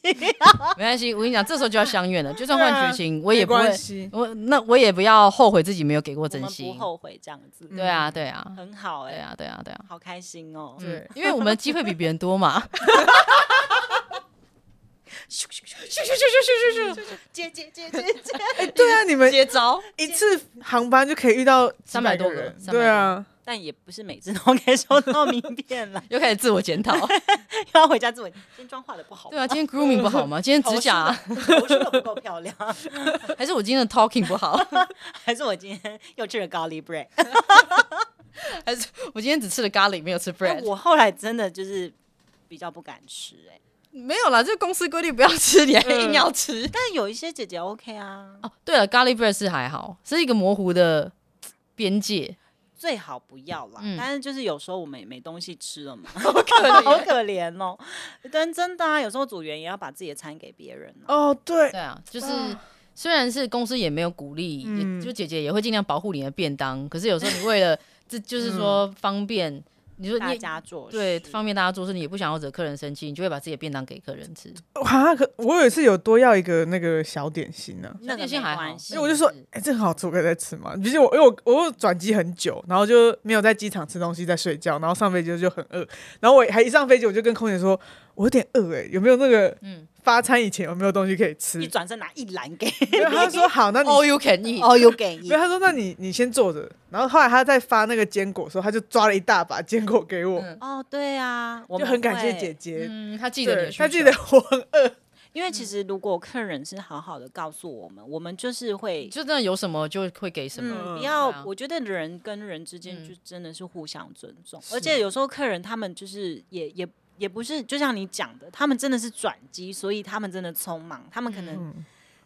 没关系，我跟你讲，这时候就要相怨了。就算换绝情，我
没
也不会
关，系。
我那我也不要后悔自己没有给过
我
真
们不
心。
后悔这样子，
对啊，对啊，
很好哎、
对啊，对啊，对啊，
好开心哦、
对
嗯因为我们机会比别人多嘛。
咻咻咻咻咻咻咻咻咻，接接接接 接，
哎 对啊，你们
接招，
一次航班就可以遇到几
300多
个
个
人，
300
对啊，
但也不是每次都可以收到名片了，
又开始自我检讨。
又要回家自我，今天妆化的不好，
对啊，今天 grooming 不好吗？今天指甲
头梳的不够漂亮，
还是我今天的 talking 不好？
还是我今天又吃了高丽 bread？
还是我今天只吃了咖喱，没有吃
哎
bread？
我后来真的就是比较不敢吃哎、
没有啦，这公司规定不要吃，你还硬要吃。
但有一些姐姐 OK 啊，
哦，对了，咖喱 bread 是还好，是一个模糊的嘖边界，
最好不要啦。
嗯
但是就是有时候我们也没东西吃了嘛，
好可怜
好可怜哦。但真的啊，有时候组员也要把自己的餐给别人啊。
哦对
对，啊，就是虽然是公司也没有鼓励，
嗯
也就姐姐也会尽量保护你的便当，可是有时候你为了这就是说方便，你说
嗯大
你
家做事
对方便大家做事，你也不想要惹客人生气，你就会把自己的便当给客人吃。
啊，可我有一次有多要一个那个小点心呢、
那个
电信
没
还好
关，系
因为我就
嗯
说，哎、这很好吃，我可以再吃吗？毕竟我因为我我又转机很久，然后就没有在机场吃东西，在睡觉，然后上飞机就很饿，然后我还一上飞机我就跟空姐说，我有点饿哎、有没有那个
嗯
发餐以前有没有东西可以吃
一？转身拿一篮给
嗯
然后他 说好，那你
，All you can eat，
哦，有给你
没有，他说那你你先坐着，然后后来他在发那个坚果的时候，他就抓了一大把坚果给我，
嗯
哦，对啊，我
就
们
很感谢
会
姐姐，
嗯，他记得你
对
的，需
他记
求嗯
得我很饿，
因为其实如果客人是好好的告诉我们，我们就是会
你。就真的有什么就会给什么。
嗯，
嗯
不要，
对啊
我觉得人跟人之间
嗯
就真的是互相尊重，
是
而且有时候客人他们就是也也也不是，就像你讲的，他们真的是转机，所以他们真的匆忙，他们可能
嗯，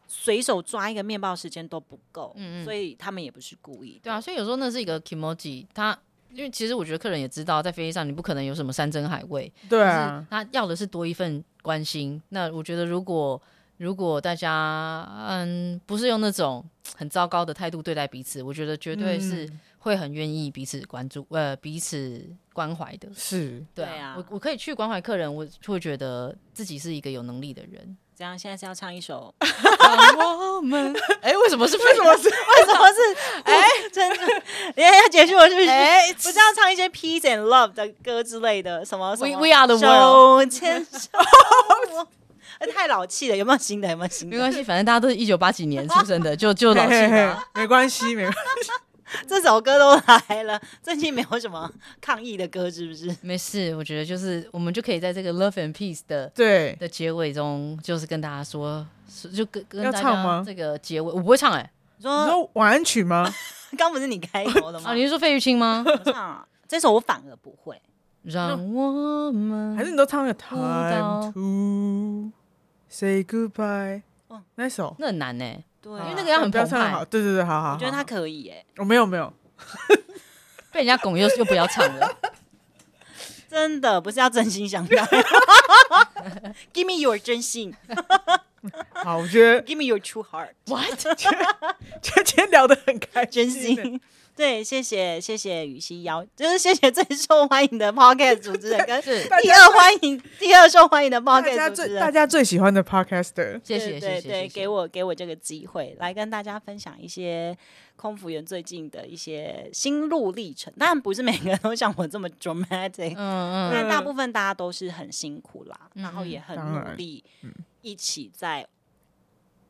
随手抓一个面包时间都不够，
嗯嗯
所以他们也不是故意的。
对啊，，所以有时候那是一个 k i m o j i 他因为其实我觉得客人也知道，在飞机上你不可能有什么山珍海味，
对
但是
啊，
他要的是多一份关心。那我觉得如果如果大家嗯不是用那种很糟糕的态度对待彼此，我觉得绝对是
嗯
会很愿意彼此关注呃彼此关怀的。
是
对
对啊
啊，我我可以去关怀客人，我就会觉得自己是一个有能力的人。
这样现在是要唱 一首，
哎让我们 哎、为什么是为什么是
为什么是？哎，真的，哎，要结束了是不 是？
哎
不是要唱一些 peace and love 的歌之类的，什么什
We
么
We are the
手牵手， 哎太老气了，有没有新的？有没有 新
没
的？
关系，反正大家都是一九八几年出生的，就就老气
嘿嘿
吧。
嘿 没关系，没关系，
这首歌都来了， 最近没有什么抗议的歌，是不是？
没事，我觉得就是我们就可以在这个 love and peace 的
对，
的结尾中，就是跟大家说，是就跟跟
要
大
唱
家
吗
这个结尾，我不会唱哎、
你
你
说
说晚安曲吗？
刚不是你开头的
啊，
吗？
你是说费玉 清吗？
我唱啊这首我反而不会，
让我们
还是你都唱那个
舞蹈哦
Time to Say Goodbye
嗯
那首？
那很难哎、
对，
啊
因为那个要很
不要
澎
唱得
湃
好，对对对，好好，
我觉得他
啊好哦
可以哎，
我没有没有，
被人家拱又又不要唱了。
真的不是要真心想要 ，Give me your 真心
好，我觉 得
，Give me your true heart。
What？
今天聊得很开
真
心欸，
心。对，谢谢谢谢雨熙邀，就是谢谢最受欢迎的 podcast 主持人，跟
是
第二欢迎第二受欢迎的
大家
podcast 主持
最大
人。
家最喜欢的 Podcaster，
谢谢谢谢
对
谢
对
谢，
对，给我给我这个机会来跟大家分享一些空服员最近的一些心路历程。当然不是每个人都像我这么 dramatic，、
嗯嗯，
但大部分大家都是很辛苦啦，
嗯
然后也很
当
努
然
力，
嗯
一起在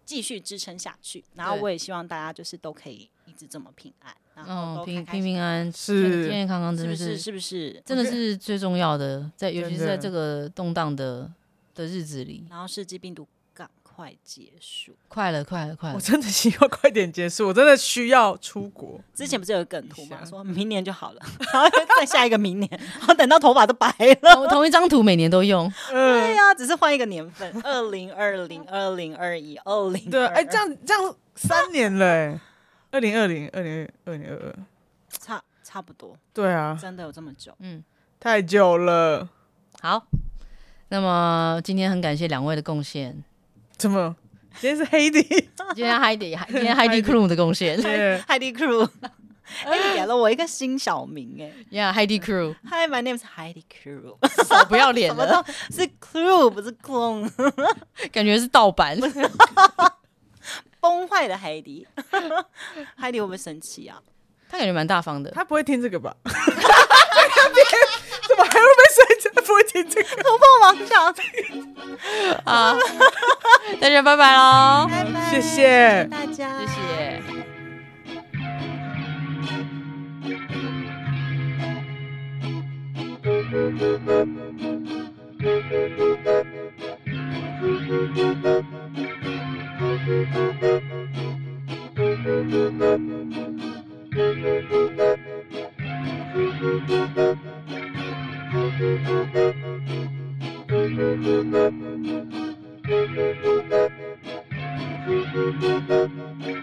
继续支撑下去。然后
对
我也希望大家就是都可以一直这么平安，然后
嗯，
都
平
开啊开
平
心
平安，健
是
健康康，
是
真
不
的
是？
是
是不是？
真的是最重要的，在尤其是
真的
在这个动荡的的日子里，
然后世纪病毒赶快结束。
快了快了快
我
了，
真的希望快点结束，我真的需要出 国。
之前不是有个梗图吗？
是啊
说明年就好了， 然后再下一个明年，然后等到头发都白了。
同同一张图每年都用，
对
嗯，
呀、只是换一个年份，二零二零、二零二一、二零。
对，哎，这样这样三年了， 哎，二零二零、二零二零二二，
差差不多，
对啊，
真的有这么久。
嗯，
太久了，
好。那么今天很感谢两位的贡献，
怎么？今天是黑的，
今天 Heidi 今天 Heidi Crew 的贡献
耶
海蒂 Crew，哎，你给了我一个新小名哎。
，Yeah Heidi Crew，
Hi, my name is Heidi Crew，
少不要脸
什么
了，
都 是 Crew，不是 Clone，
感觉是盗版。
崩坏的海 迪。海迪会不会生气啊？
他感觉蛮大方 的，
他不会听这个吧？ 在那边怎么还会被生气？他不会听这个。
突破盲肠。
啊，大家拜拜喽，
拜拜，
谢谢
大家，
谢谢。
Thank